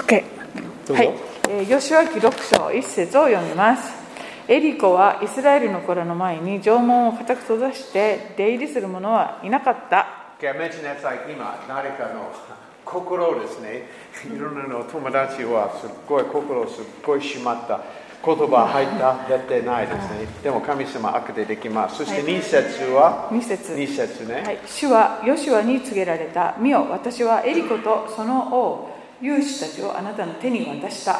OK どうはぞい、えーヨシュア記6章1節を読みますエリコはイスラエルの子らの前に城門を固く閉ざして出入りする者はいなかった、 Okay, I mentioned that's like 今、誰かの心ですね。 いろんなの友達はすっごい心すっごい閉まった。言葉入った、出てないですね。でも神様、開けてできます。そして2節は、二節2節ね。はい、主はヨシュアに告げられた「見よ私はエリコとその王勇士たちをあなたの手に渡した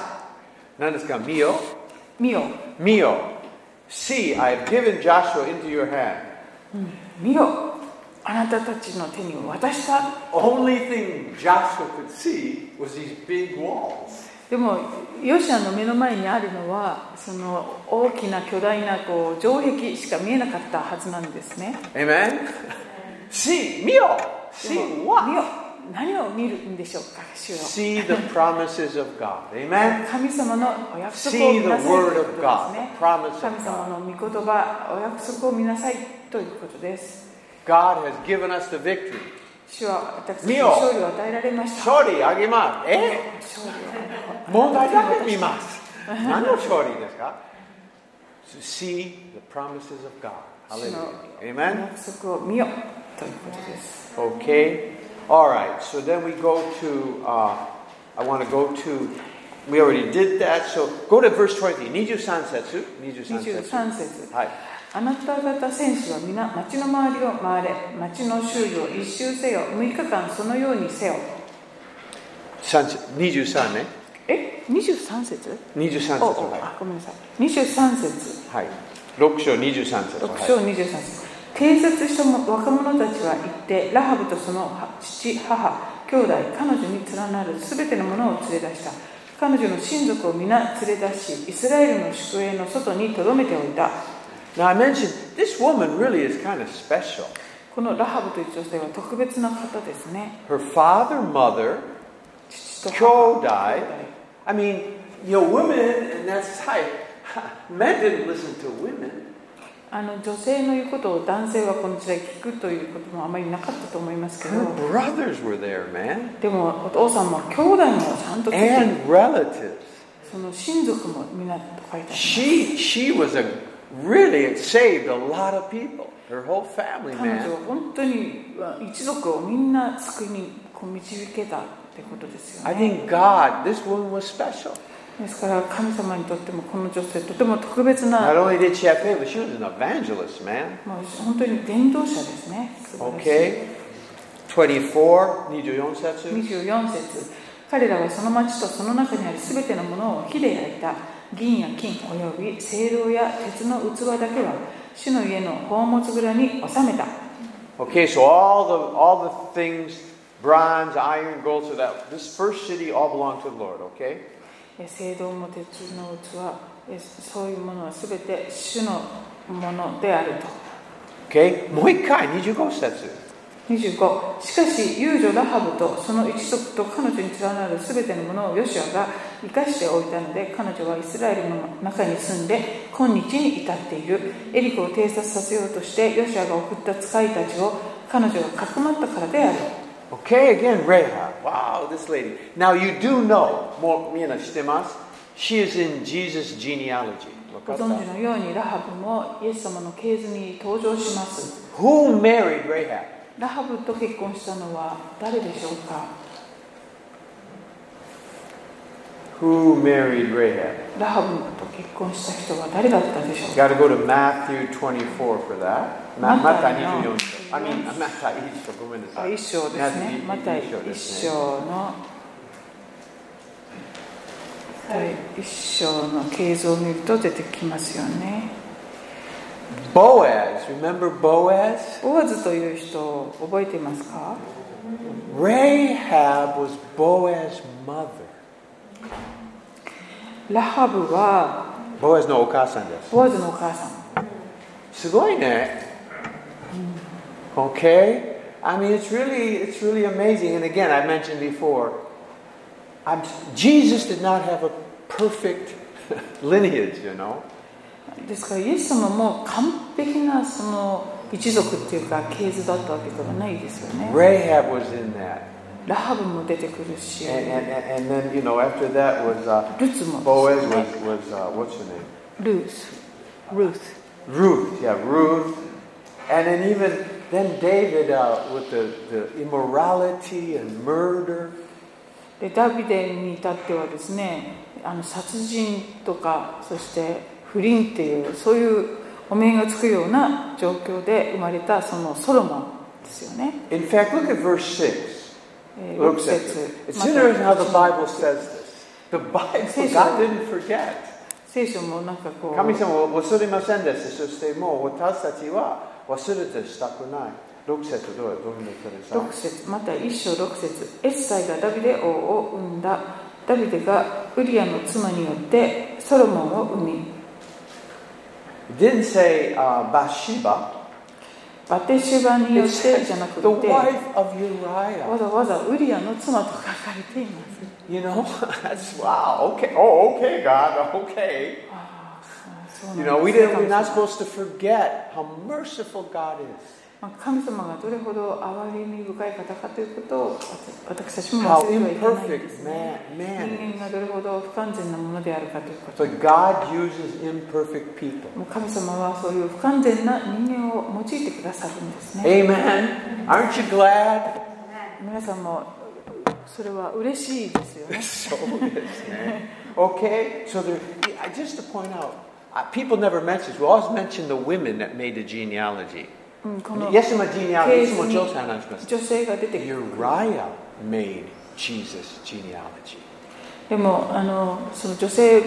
何ですか、見よ。」 「見よ Mio, see, I have given Joshua into your hand. 見よあなたたちの手に渡した」 Only thing Joshua could see was these big walls. でもヨシアの目の前にあるのはその大きな巨大なこう城壁しか見えなかったはずなんですね。 Amen? see, Mio, で see も what? 見よ何を見るんでしょうか主よ See the promises of God. Amen? 神様のお約 See 束を the なさいということですね word of God, the。promise 神 of 様 God. の御言葉、お約束を見なさいということです。 God has given us the victory. 主は私たち見によ勝利を与えられました。勝利あげます。え勝利を問題だけ見ます。何の勝利ですか ?See the promises of God. 主の Hallelujah. お Amen? 約束を見よということです。 Okay. All right. So then we go to. Uh, I want to go to. We already did that. So go to verse twenty. Niju sansetsu. Niju 23節 Hi. あなた方戦士は皆町の周りを回れ町の周囲を一周せよ6日間そのようにせよ Niju san. eh? え23節 Niju おお sansetsu. あごめんなさい23節 Hi. Rokusho niju sansetsu. 6章23節偵察した若者たちは行ってラハブとその父母兄弟彼女に連なるすべてのものを連れ出した彼女の親族を皆連れ出しイスラエルの宿営の外に留めておいた Now I mentioned this woman really is kind of special. このラハブという女性は特別な方ですね Her father, mother, 父と母 kyodai. I mean, you know, women in that society, men didn't listen to women. あの女性の言うことを男性はこの時代聞くということもあまりなかったと思いますけど Her brothers were there, man, でもお父さんも兄弟もちゃんと聞いて and relatives. その親族もみんなと書いてある She she was a really it saved a lot of people. Her whole family, 彼女 man. は本当に一族をみんな救いにこう導けたってことですよ I ね think God, this woman was special. ですから神様にとってもこの女性とても特別な Not only did she have faith, but she was an evangelist, man. もう本当に伝道者ですね素晴らしい Okay. 24, 24 setsu. 24節彼らはその町とその中にあるすべてのものを火で焼いた銀や金および青銅や鉄の器だけは主の家の宝物蔵に収めた Okay, so all the all the things, bronze, iron, gold, so that this first city all belonged to the Lord, okay? え青銅も鉄の器えそういうものはすべて主のものであると Okay? Moikai, 25 setsu. 25しかし遊女ラハブとその一族と彼女に連なるすべてのものをヨシアが生かしておいたので彼女はイスラエルの中に住んで今日に至っているエリコを偵察させようとしてヨシアが送った使いたちを彼女がかくまったからである Okay, again, Rahab. Wow, this lady. Now you do know, more, you know, shitemasu? She is in Jesus' genealogy. ご Wakata? 存知のようにラハブもイエス様の系図に登場します Who married Rahab? ラハブと結婚したのは誰でしょうか Who married Rahab? ラハブと結婚した人は誰だったでしょうか Got to go to Matthew 24 for that. Ma- Matthew, Matthew no. 24. I mean, Matthew 24. Go in あ一章ですね。また一章の第一章の形像を見ると出てきますよね。 Boaz. Remember Boaz? ボアズという人を覚えていますか Rahab was Boaz's mother. ラハブは Boaz no okasan desu. ボアズのお母さん。すごいね。Okay? I mean, it's really, it's really amazing. And again, I mentioned before, I'm, Jesus did not have a perfect lineage, you know. ですからイエス様も完璧なその一族っていうか系図だったわけではないですよね。 Rahab was in that. ラハブも出てくるし、 And, and, and then, you know, after that was uh, ルツも Boaz was, was uh, what's her name? ルース、ルース。 Ruth, yeah, Ruth. And then even then David uh, with the, the immorality and murder. でダビデに至ってはですねあの殺人とかそして不倫っていうそういうお面がつくような状況で生まれたそのソロモンですよね。 In fact, look at verse 6. えー Look 六 at 節 it. It's また interesting how the Bible says this. The Bible, Says God it. didn't forget. 聖書もなんかこ神う様を忘れませんでした。そしてもう私たちは忘れてしたくない。6節どうどういうことですか6節また一章6節エッサイがダビデ王を産んだダビデがウリアの妻によってソロモンを産み It didn't say uh, Bathsheba, バテシュバによっ it て says じゃなく the てわ wife of Uriah. ざわざウリアの妻と書かれています You know, that's wow. Okay. Oh, okay, God. Okay. ああそうなんで You す know, we didn't. 神様 We're not supposed to forget how merciful God is. まあ神様がどれほど憐れみ深い方かということを私たちも忘 How れてはいけないんです imperfect ね。 man, man 人間がどれほど不完全なものであるかというこ is. と。 But God uses imperfect people. もう神様はそういう不完全な人間を用いてくださるんですね。 Amen. Aren't you glad? 皆さんもそれは嬉しいですよね。 So is, man. Okay. So there. I- Just to point out, uh, people never mention. this. We always mention the women that made the genealogy. うん、この女 Yes, my genealogy. いつも女性なんです。性が出てくる。 Uriah made Jesus' genealogy. でもあのその女性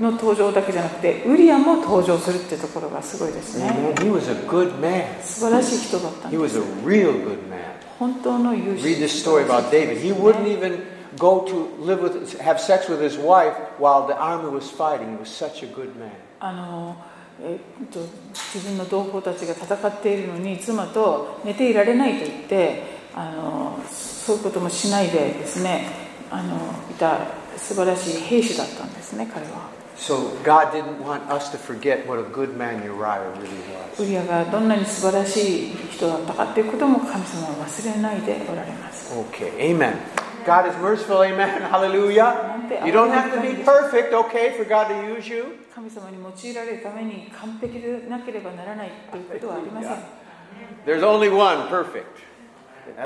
の登場だけじゃなくてウリアも登場するっていうところがすごいですね。 He was a good man. 素晴らしい人だったん He です。 was a real good man. 本当の優秀 Read this story about David. He wouldn't even go to live with, have sex with his wife while the army was fighting. He was such a good man. あのえっと自分の同胞たちが戦っているのに妻と寝ていられないと言ってあのそういうこともしないでですねあのいた素晴らしい兵士だったんですね彼は So God didn't want us to forget what a good man Uriah really ウ was. リアがどんなに素晴らしい人だったかっていうことも神様は忘れないでおられます Okay, amen. God is merciful, amen. Hallelujah. You don't have to be perfect, okay, for God to use you. 神様に用いられるために完璧でなければならないということはありません There's only one perfect.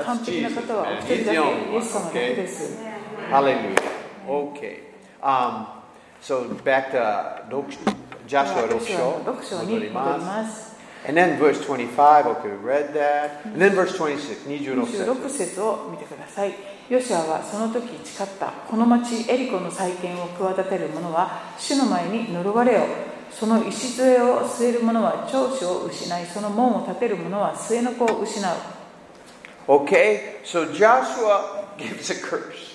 完 That's 璧な Jesus. 方はお Man. 一人 He's だけ the イ only エ one. ス様だけ Okay. です、 Hallelujah. Okay. Um, so back to 6, では Joshua 6読書に戻ります。 And then verse 25, okay, we read that. And then verse 26, 26 26 says. 節を見てください。ヨシュアはその時誓った、この町エリコの再建を企てる者は主の前に呪われよ。その礎を据える者は長子を失い、その門を建てる者は末の子を失う。 Okay, so Joshua gives a curse.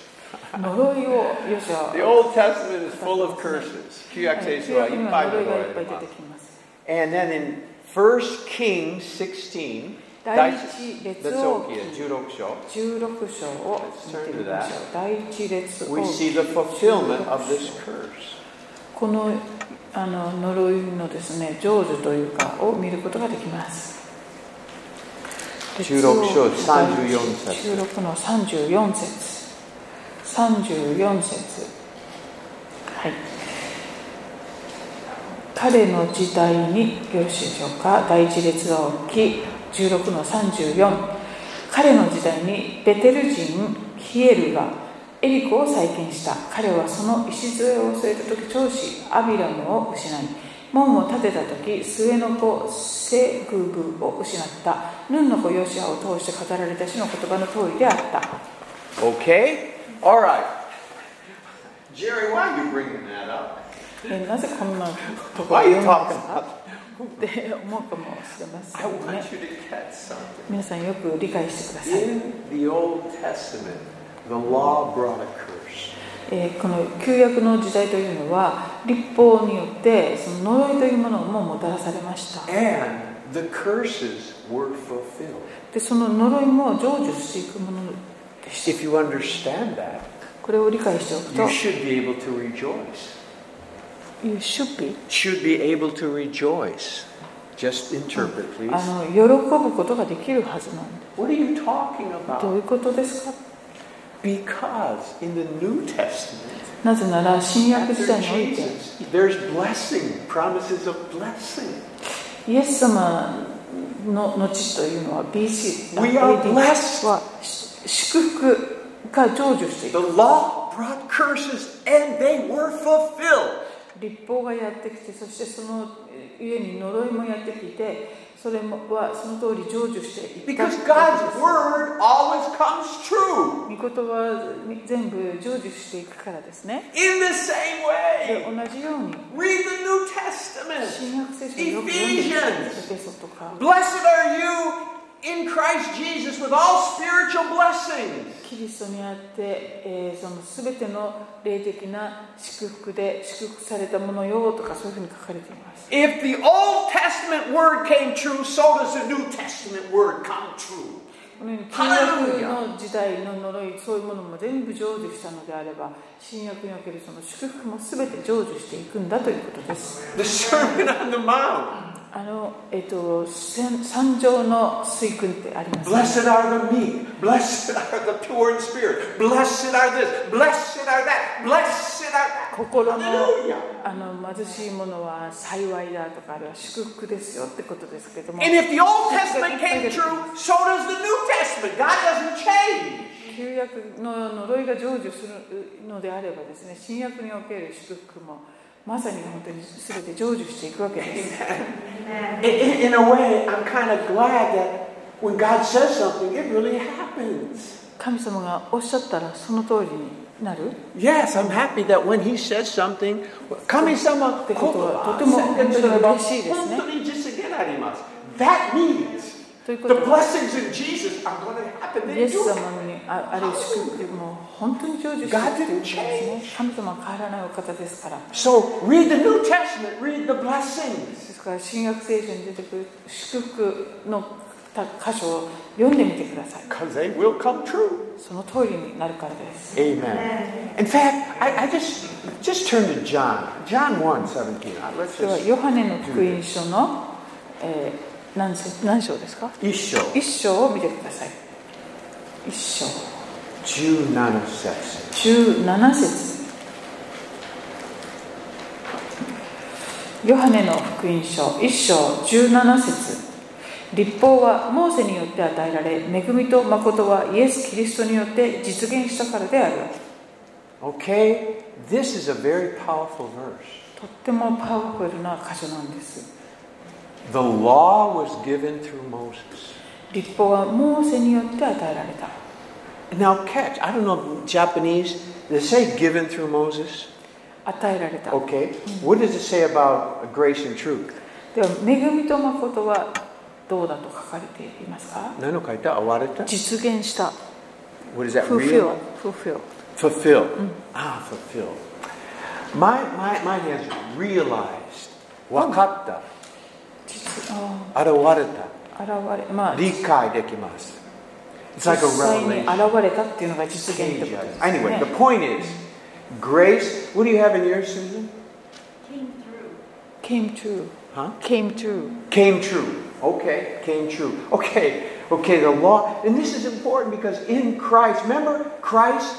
呪いをヨシュア The は。 Old Testament is full of curses. はい旧約には呪いがいっぱい出てきます。 And then in 1 Kings 16, 第 that's 一 that's 列王 okay, 記16 16章を見てみましょう。第一列王 we 記 see the fulfillment of this curse. このあの呪いのですね成就というかを見ることができます16章34節16の34節34節はい彼の時代によろしいでしょうか第一列王記16の34彼の時代にベテル人ヒエルがエリコを再建した彼はその礎を据えた時長子アビラムを失い門を建てた時末の子セグブを失ったヌンの子ヨシアを通して語られた主の言葉の通りであった Okay? All right. Jerry, why are you bringing that up? えなぜこんなところを Why are you 読んだ talking か about って思うかもしれませ I んね want you to catch something. 皆さんよく理解してください、 In the Old Testament, the law brought a curse. えーこの旧約の時代というのは立法によってその呪いというものももたらされました And the curses were fulfilled. でその呪いも成就していくものでし If you understand that, たこれを理解しておくと you should be able to rejoice. You should be Should be able to rejoice. Just Uh-huh. interpret, please. あの喜ぶことができるはずなんで What are you talking どう about? いうことですか Because in the New Testament, なぜなら新約時 after 代において Jesus, there's blessing, promises of blessing. イエス様の後というのは BC We are だ AD はし祝福が成就している The law brought curses and they were fulfilled. 立法がやってきてそしてその家に呪いもやってきてそれもはその通り成就していった Because God's word always comes true 御言葉全部成就していくからですね in the same で way. 同じように Read the New Testament. 新約聖書をよく読んでみて Ephesians エペソとか Blessed are you in Christ Jesus with all spiritual blessings. キリストにあって、えーその全ての霊的な祝福で祝福されたものよとかそういうふうに書かれています If the Old Testament word came true, so does the New Testament word come true. このように旧約の時代の呪いそういうものも全部成就したのであれば新約におけるその祝福も全て成就していくんだということです The Sermon on the Mount. あのえっ、と三三条の水訓ってありますね Blessed are the meek. Blessed are the pure in spirit. Blessed are this. Blessed are that. Blessed are that. 心の Hallelujah. あの貧しいものは幸いだとかあるいは祝福ですよってことですけども And if the Old Testament came true, so does the New Testament. God doesn't change. 旧約の呪いが成就するのであればですね新約における祝福もまさに本当に全て成就していくわけです In, in- in a way, I'm kind of glad that when God says something, it really happens. 神様がおっしゃったらその通りになる Yes, I'm happy that when He says something, 神様とても本当に嬉しいですね。本当に実現あります。That means というこ the とで blessings in Jesus are going to happen. イエ They ス do. 様にあある祝福も本当に成就していくということですね神様は変わらないお方ですから So read the New Testament, read the blessings. ですから新約聖書に出てくる祝福の箇所を読んでみてください Because they will come true. その通りになるからです Amen. In fact, I, I just just turn to John. John 1, 17. Uh, Let's では just ヨハネの福音書の、えー何章何章ですか Isho. 一章を見てください一章 June nanosets. 17節ヨハネの福音書1章17節立法はモーセによって与えられ恵みと誠はイエス・キリストによって実現したからである Okay, this is a very powerful verse. とってもパワフルな箇所なんです The law was given through Moses. 立法はモーセによって与えられた Now catch, I don't know Japanese, they say given through Moses. 与えられた Okay. What does it say about grace and truth? では恵みと誠はどうだと書かれていますか Nanokaita, awareta. 実現した What is that 不 real? 評不評 Fulfill. Ah, fulfill. My, my, my hands realized. Wakata. 実あ Arawarata. ー現れまあ Rikai dekimasu. 実 It's like a 際に revelation. 現れたっていうのが実現ってことです、ね、 Anyway, the point is grace. What do you have in yours, Susan? came true Huh? came true Came true. Okay, came true. Okay, okay, the law. And this is important because in Christ, remember Christ.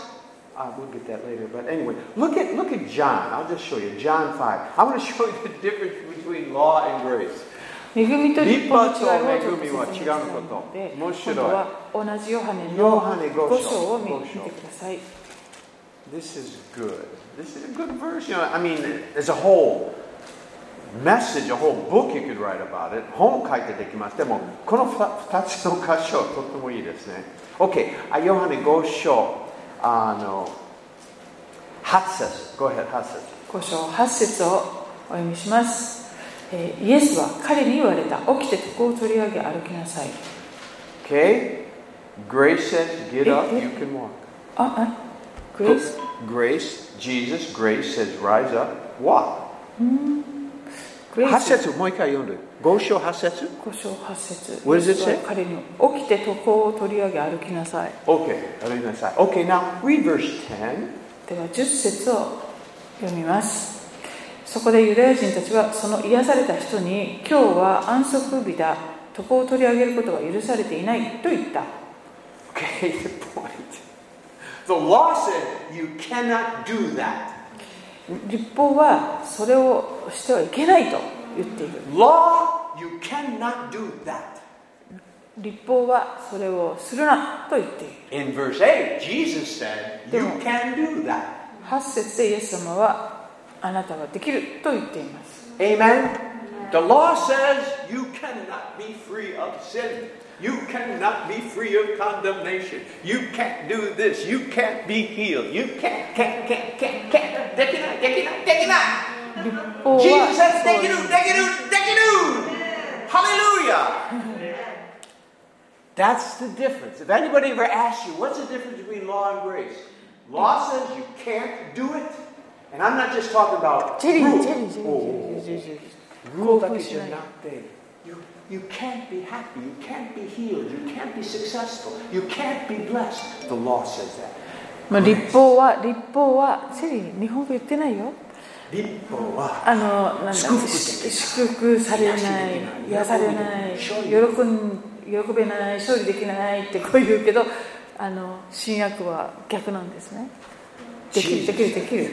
Uh, we'll get that later, but anyway, look at look at John. I'll just show you John five. I want to show you the difference between law and grace. 恵みと立法の違いをちょっと説明したい立法と恵みは違うことので面白今い度は同じヨハネヨハネの五章5章を見五章見てください This is good. This is a good verse. You know, I mean, there's a whole message, a whole book you could write about it. 本を書いてできます。でも、この2つの箇所、とってもいいですね。OK、あ uh, ヨハネ5章、あの、8節。Go ahead, 8節。 5章8節をお読みします、えーイエスは彼に言われた起きてここを取り上げ歩きなさい OK? Grace says, get up, you can walk. ああグレース Grace, Jesus, grace says, rise up, walk. グレー8ス節、もう一回読んで。5章8節5章8節 What does it say? 彼に起きて渡航を取り上げ歩きなさい Okay, read that side. Okay, now read verse 10. では10節を読みますそこでユダヤ人たちはその癒された人に今日は安息日だ渡航を取り上げることは許されていないと言った Okay, the point. The law said you cannot do that. 立法はそれをしてはいけないと言っている Law, you cannot do that. 立法はそれをするなと言っている In verse 8, Jesus said, You Yeah. can do that. 8節でイエス様はあなたはできると言っています Amen? The law says you cannot be free of sin. You cannot be free of condemnation. You can't do this. You can't be healed. You can't, can't, can't, can't, can't. できない,できない,できない.立法は Jesus says, そう "Take it いう out, take it out, take it out." Hallelujah. That's the difference. If anybody ever asks you, what's the difference between law and grace? Law says you can't do it. And I'm not just talking about ジェリー rule. ジェリージェリ Oh, ージェリージェリージェリー rule 興奮しない。だけじゃなくて You, you can't be happy, you can't be healed, you can't be successful, you can't be blessed. The law says that. まあ立法は立法はチェリー日本語言ってないよ立法はあのなんだ祝福できないし祝福されない癒されない喜勝利ん喜べない勝利できないって こう言うけどあの新約は逆なんですねできる Jesus できるできる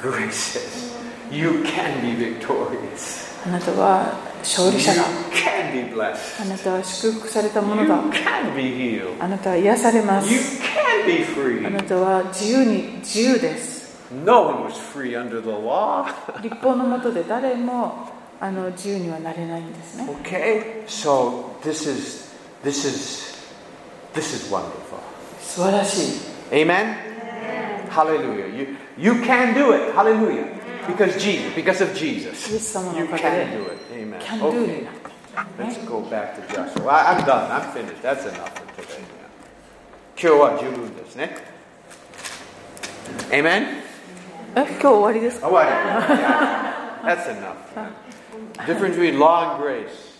Grace says you can be victorious. あなたは勝利者だ You can be blessed. あなたは祝福されたもの You だ can be healed. あなたは癒されま You す can be あ free. なたは自由に自由です No one was free under the law. 立法の下で誰もあの自由にはなれないんですね Okay? So this is this is this is wonderful. 素晴らしい Amen? Hallelujah. You you can do it. Hallelujah. Because Jesus, because of Jesus. イエス様 You のおかげ can で do it. Amen. can do に Okay. なった、ね Let's、go back to Joshua. I, I'm done. I'm finished. That's enough for today. Yeah. Amen? え今日終わりですか Oh, I yeah, that's enough. Difference between law and grace.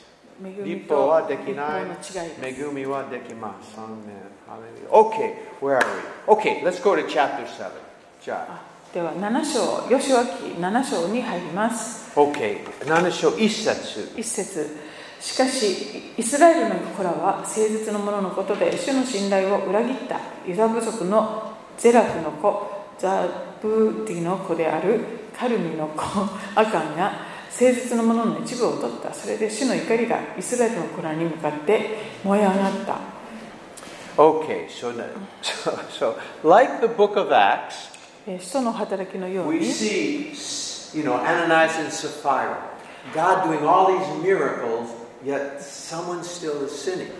恵み立法とはできない立法の違いです恵みはできます。Amen. Hallelujah. Okay, where are we? Okay, let's go to chapter 7. Ja. あでは7章ヨシュア記7章に入ります Okay, 7章1節。一節しかしイスラエルの子らは誠実の者のことで主の信頼を裏切ったユダ部族のゼラフの子ザブディの子であるカルミの子アカンが誠実の者の一部を取ったそれで主の怒りがイスラエルの子らに向かって燃え上がった Okay, so, now- so, so like the book of Acts, えー使徒の働きのよう We に see, you know, Ananias and Sapphira, God doing all these miracles, yet someone still is sinning.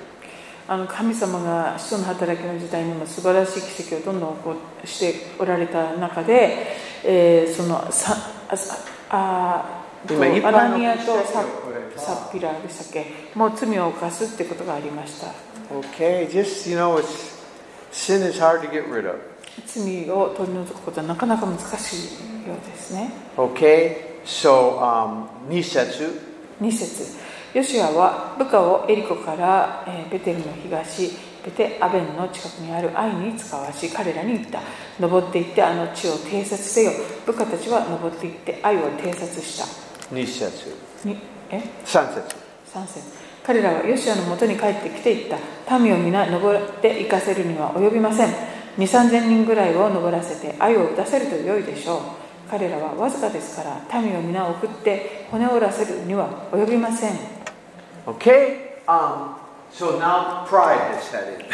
あの神様が使徒の働きの時代にも素晴らしい奇跡をどんどん起こしておられた中で、えーそのさあさあと今一般アのラニアとサこれサピラでしたっけもう罪を犯すってことがありました Okay, just, you know, it's, sin is hard to get rid of. 罪を取り除くことはなかなか難しいようですね Okay, so, um, Nisetsu, 2節ヨシュアは部下をエリコからえーベテルの東ベテアベンの近くにある愛に使わし彼らに言った登って行ってあの地を偵察せよ部下たちは登って行って愛を偵察した Nisetsu, にえ Sansetsu. 3節彼らはヨシュアのもとに帰ってきていった民を皆登って行かせるには及びません2 3千人ぐらいを登らせて愛を打たせると良いでしょう彼らはわずかですから民を皆送って骨を折らせるには及びません Okay, um, so now pride is headed.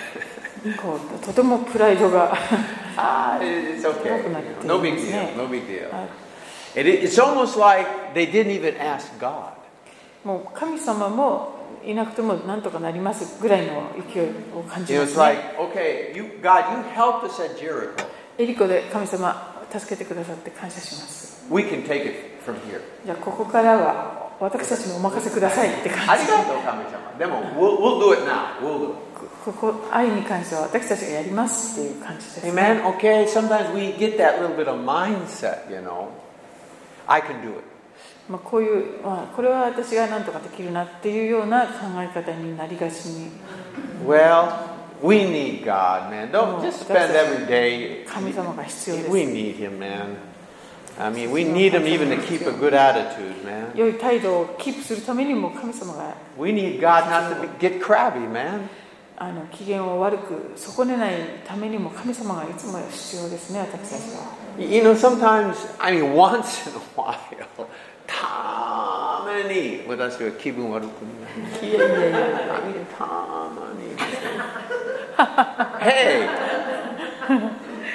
こうとてもプライドが Ah, it- it's okay. you know, No big deal, no big deal. あ It, it's almost like they didn't even ask God. もう神様もいなくてもなんとかなりますぐらいの勢いを感じ It ま was す、ね、 like, okay, you God, you helped us at Jericho. エリコで神様助けてくださって感謝します We can take it from here. じゃあここからは私たちにお任せくださいって感じ Arigato, we'll, we'll do it now. We'll do ここ愛に関しては私たちがやりますっていう感じです、 it. Amen. Okay, sometimes we get that little bit of mindset, you know. I can do it. まあ、こういう、まあ、これは私が何とかできるなっていうような考え方になりがちに Well, we need God, man. Don't No, just Oh, that's spend it. every day. 神様が必要です We need Him, man. I mean, we need Him even to keep a good attitude, man. 良い態度をキープするためにも神様が We need God not to be, get crabby, man. あの機嫌を悪く損ねないためにも神様がいつも必要ですね私たちは You know, sometimes, I mean, once in a while, たまに私は気分悪くなる。いやいやいや、I mean, たまに。hey!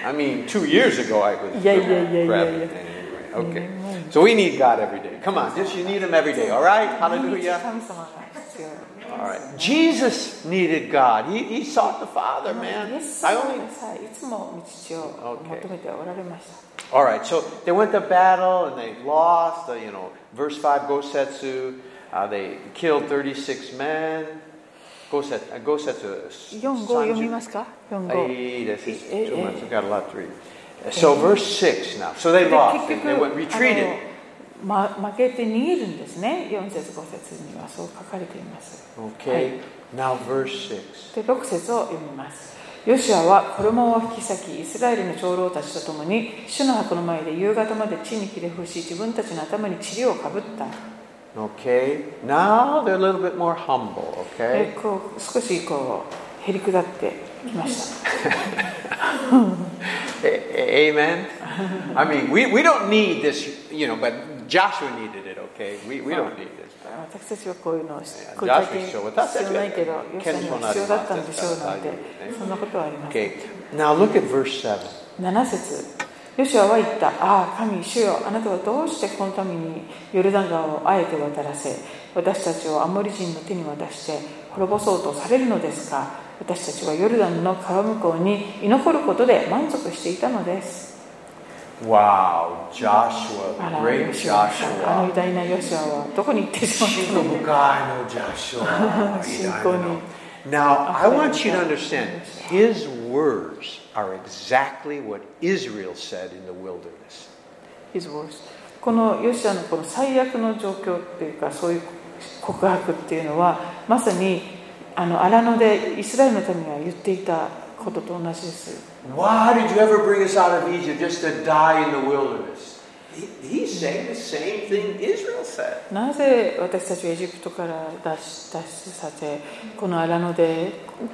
I mean, two years ago I was いやいやいやいやいや grabbing it anyway. Okay. So we need God every day. Come on, just you need Him every day, all right? 毎日 Hallelujah. 神様が必要 All right. Jesus needed God. He, he sought the Father, イエ man. ス I 様 only がさいつも道を求めておられました All right, so they went to battle and they lost. Uh, you know, verse 5, Gosetsu, uh, they killed 36 men. Goset, uh, Gosetsu. 4号読みますか4号 Hey, this is Eh, too eh, much. eh. We've got a lot to read. So, verse 6 now. So they lost. で They, 結 they 局 went retreated. あのま負けて逃げるんですね4節5節にはそう書かれています Okay, now verse 6. で6節を読みますヨシュアは衣を引き裂きイスラエルの長老たちと共に主の箱の前で夕方まで地にひれ伏し自分たちの頭に塵をかぶった Okay, now they're a little bit more humble, で okay? こう少しこうへりくだってきました A- a- amen? I mean, we, we don't need this, you know, but Joshua needed it, okay? We, we don't need this. 私たちはこういうのをやこういう体ジャ験ーシ必ュ要は私たちはないけどヨシュアには必要だったんでしょうなんてそんなことはありません Okay, now look at verse 7. 7節ヨシュアは言った、ああ、神、主よ、あなたはどうしてこの民にヨルダン川をあえて渡らせ、私たちをアモリ人の手に渡して滅ぼそうとされるのですか私たちはヨルダンの川向こうに居残ることで満足していたのです。 Wow, Joshua, あ great あの Joshua. 偉大なヨシュアはどこに行ってしまったの Shinkobukai no Joshua. I don't know. Shinkoni. Now, I want you to understand, his words are exactly what Israel said in the wilderness. His words このヨシアのこの最悪の状況っていうかそういう告白っていうのはまさにあの荒野でイスラエルの民が言っていたことと同じです Why did you ever bring us out of Egypt just to die in the wilderness? He, he's saying the same thing Israel said. なぜ私たちをエジプトから脱出脱出させこの荒野で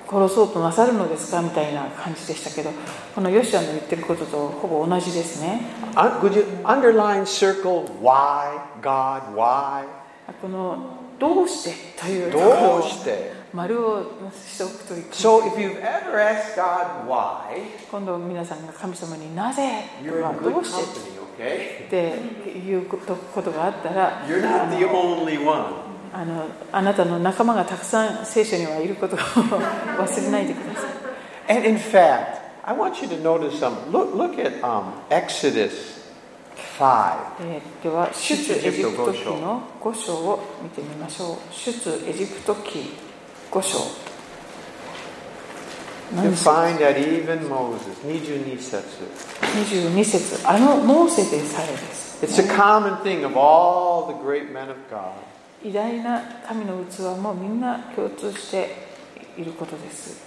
殺そうとなさるのですかみたいな感じでしたけどこのヨシアの言ってることとほぼ同じですね Un- Uh, could you underline, circle, why, God, why? この「どうして」というところをどうして?丸をしておくといいかもしれない So if you've ever asked God why, 今度皆さんが神様になぜ you're まあ in ど good うして company, okay? っていうことことがあったら You're not あ the の only one. あのあなたの仲間がたくさん聖書にはいることを忘れないでください And in fact, I want you to notice something. Look, look at um, Exodus 5. えーでは出出エエジジププトト記記のの5章を見てみましょう出エジプト記5章 You 何章 find that even Moses, Niju Nisetsu, 22節あのモーセでさえです It's a common thing of all the great men of God. 偉大な神の器もみんな共通していることです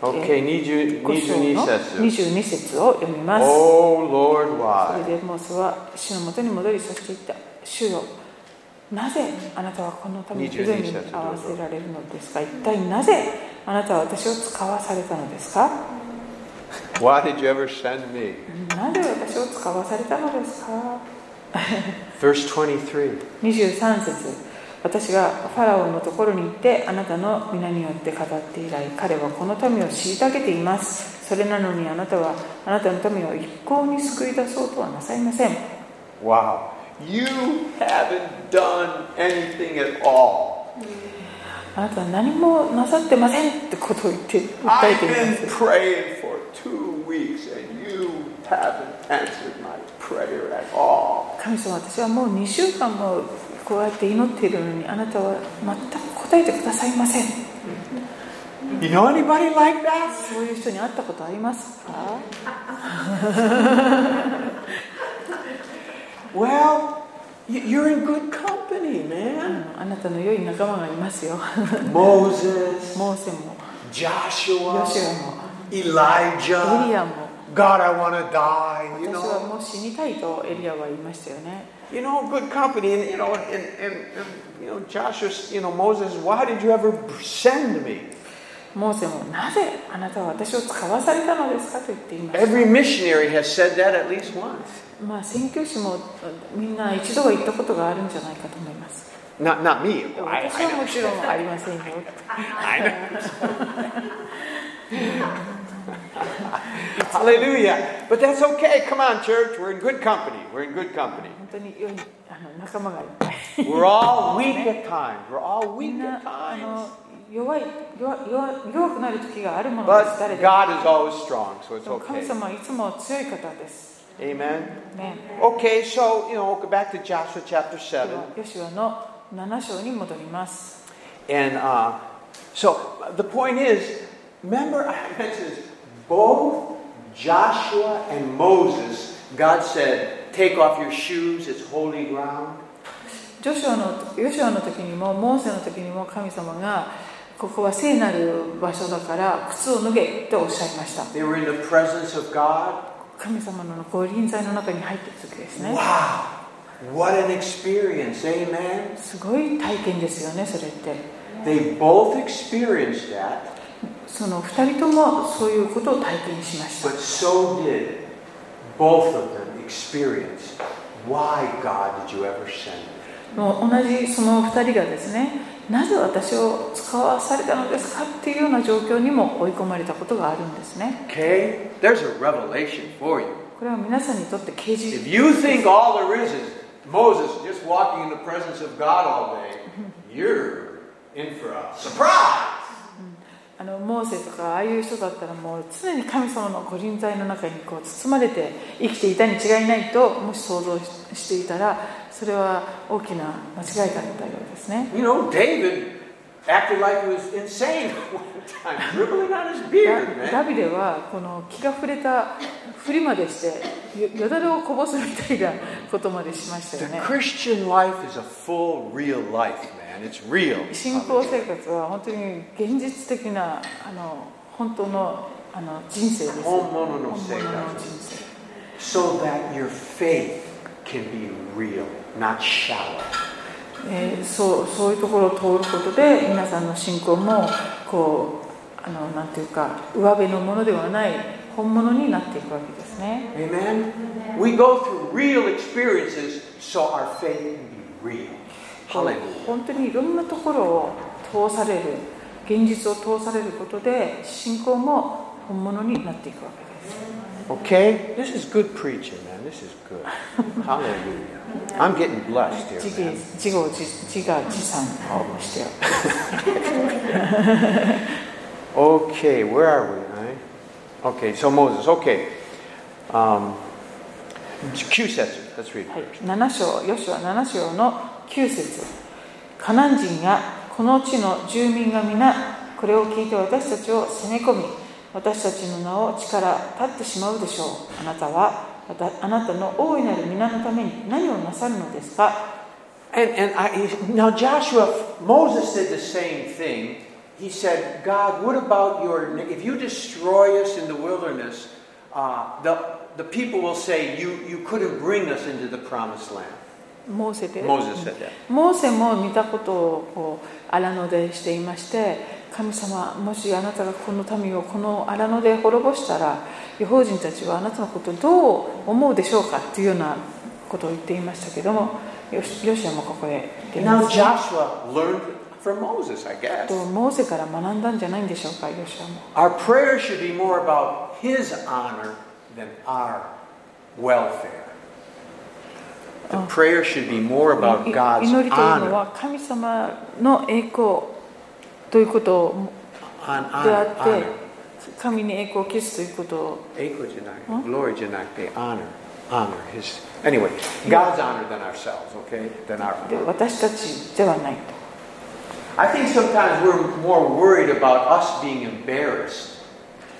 Okay, Niju 五章の Nisetsu. 22節を読みます。 Oh Lord, そ why? れでモーセは主のもとに戻り、そして言った、主よ、なぜあなたはこのためにひどい目に遭わせられるのですか一体なぜあなたは私を使わされたのですか Why did you ever send me? なぜ私を使わされたのですか Verse 23. 23節私がファラオのところに行ってあなたの皆によって語って以来彼はこの民を虐げていますそれなのにあなたはあなたの民を一向に救い出そうとはなさいません Wow. You haven't done anything at all. あなたは何もなさってませんってことを言って訴え I've ていま been す praying for two weeks and you haven't answered my prayer at all. 神様私はもう2週間もこうやって祈っているのにあなたは全く答えてくださいません You know anybody like that? そういう人に会ったことありますか Well, y- you're in good company, あ man. のあなたの良い仲間がいますよ Moses, モーセもヨ Joshua, シュアも Elijah. エリアも God, I want to die. 私 You は know, もう死にたいとエリアは言いましたよね you know, good company, and you know, and, and, and you know, Joshua, you know, Moses, why did you ever send me? モーセもなぜあなたは私を使わされたのですかと言っています Every missionary has said that at least once. まあ宣教師もみんな一度は言ったことがあるんじゃないかと思います Not, not me. I, 私 I は know. もちろんありませんよ I know. Hallelujah. But that's okay. Come on, church. We're in good company. We're in good company. 本当に良いあの仲間がいっぱい We're all weak at times. We're all み weak んな at あ times. の弱い弱弱弱くなる時があるものです But 誰でも God is always strong, so it's でも神 okay. 様はいつも強い方です。 Amen. ね、 Okay, so, you know, we'll go back to Joshua chapter で 7. は、ヨシュアの7章に戻ります。 And uh, so the point is, remember I mentioned this, both Joshua and Moses, God said, take off your shoes, it's holy ground. ジョシュアのヨシュアの時にも、モーセの時にも神様が、ここは聖なる場所だから、靴を脱げとおっしゃいました。 They were in the presence of God. 神様のご臨在の中に入っていく時ですね。 Wow, what an experience, amen. すごい体験ですよね、それって。 They both experienced that, その2人ともそういうことを体験しました。 but so did both of them experience why God did you ever send me? もう同じその2人がですねなぜ私を使わされたのですかっていうような状況にも追い込まれたことがあるんですね Okay, there's a revelation for you. これは皆さんにとって啓示 If you think all there is is Moses just walking in the presence of God all day, you're in for a surprise. あのモーセとかああいう人だったらもう常に神様のご臨在の中にこう包まれて生きていたに違いないともし想像ししていたらそれは大きな間違いだったようですね You know, David acted like he was insane one time, dribbling on his ダ beard, ダ man. ビデはこの気が触れたふりまでしてよよだれをこぼすみたいなことまでしました The よね Christian life is a full, real life, man. It's real. 信仰生活は本当に現実的なあの本当のあの人生です本物の生活本物の人生 So that your faith can be real, not shallow. えーそうそういうところを通ることで皆さんの信仰もこうあのなんていうか上辺のものではない本物になっていくわけですね Amen? We go through real experiences so our faith can be real. こう Hallelujah. 本当にいろんなところを通される現実を通されることで信仰も本物になっていくわけです Okay? This is good preaching, man. This is good. Hallelujah. I'm getting blessed here. 自 man. 自業自自画自賛をして Okay, where are we? Right? Okay, so Moses. Okay. Um, Q says it. Let's read はい it. 7章、ヨシュア7章の9節カナン人やこの地の住民が皆、これを聞いて私たちを攻め込み、私たちの名を地から立ってしまうでしょう。あなたは、またあなたの大いなる皆のために何をなさるのですか And, and I, now Joshua, Moses did the same thing. He said, God, what about your, if you destroy us in the wilderness, uh, the, the people will say you, you couldn't bring us into the promised land. モーセで Moses said that. モーセも見たことをこう荒野でしていまして神様もしあなたがこの民をこの荒野で滅ぼしたら違法人たちはあなたのことをどう思うでしょうかっていうようなことを言っていましたけどもよしヨシアもここで言っていま Now すね Joshua learned from Moses, I あ guess. とモーセから学んだんじゃないんでしょうかヨシアも Our prayer should be more about his honor than our welfare. The prayer should be more about い God's 祈りというの honor. は神様の栄光ということを On であ honor, って honor. 神に栄光を期すということを Ego Janak, glory Janak, they honor, honor his. Anyway, God's honor than ourselves, okay? Than our で honor. 私たちではないと。 I think sometimes we're more worried about us being embarrassed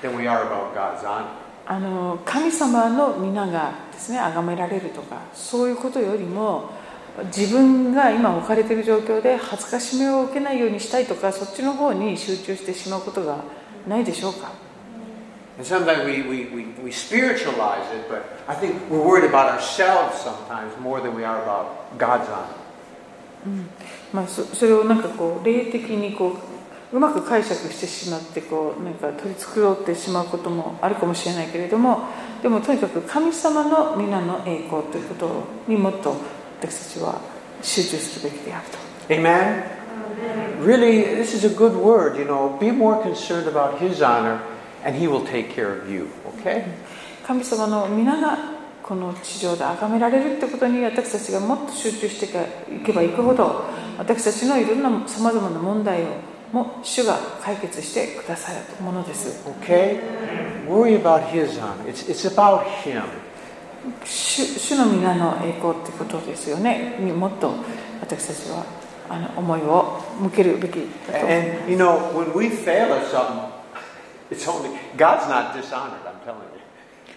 than we are about God's honor. あの神様の皆がですね崇められるとかそういうことよりも自分が今置かれている状況で恥ずかしめを受けないようにしたいとかそっちの方に集中してしまうことがないでしょうか And sometimes we, we, we, we spiritualize it, but I think we're worried about ourselves sometimes more than we are about God's honor. まあ、そそれをなんかこう霊的にこううまく解釈してしまってこうなんか取り繕ってしまうこともあるかもしれないけれどもでもとにかく神様の皆の栄光ということにもっと私たちは集中するべきであると Amen? Really, this is a good word, you know. Be more concerned about His honor, and He will take care of you, okay? 神様の皆がこの地上で崇められるってことに私たちがもっと集中していけばいくほど私たちのいろんなさまざまな問題をも主が解決してくださるものです Okay? Worry about His honor. It's, it's about Him. 主主の皆の栄光ってことですよねにもっと私たちはあの思いを向けるべきだと And, you know, when we fail at something, it's only, God's not dishonored, I'm telling you.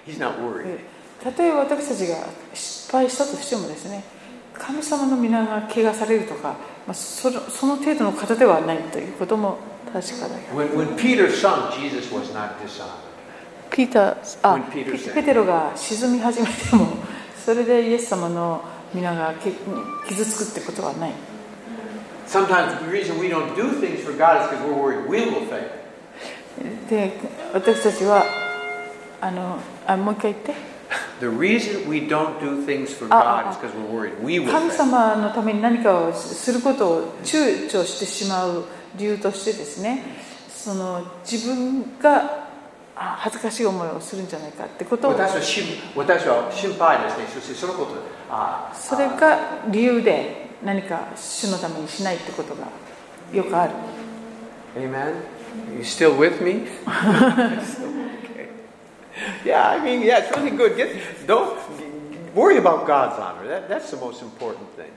He's not worried. たとえ私たちが失敗したとしてもですね神様の皆が汚されるとか、まあ、そのその程度の方ではないということも確かだよ When, when Peter sunk, Jesus was not dishonored. ピーターあ When Peter sank. ペテロが沈み始めてもそれでイエス様の皆がけ傷つくってことはない Sometimes the reason we don't do things for God is because we're worried we will fail. で私たちはあのあもう一回言って The reason we don't do things for Ah, God is because we're worried we will 神 fail. 様のために何かをすることを躊躇してしまう理由としてですねその自分があ恥ずかしい思いをするんじゃないかってことを私は心,私は心配ですね。そしてそのこと、あ、それが理由で何か主のためにしないってことがよくある Amen. You still with me? yeah, I mean, yeah, it's really good. Get, don't worry about God's honor. That, that's the most important thing.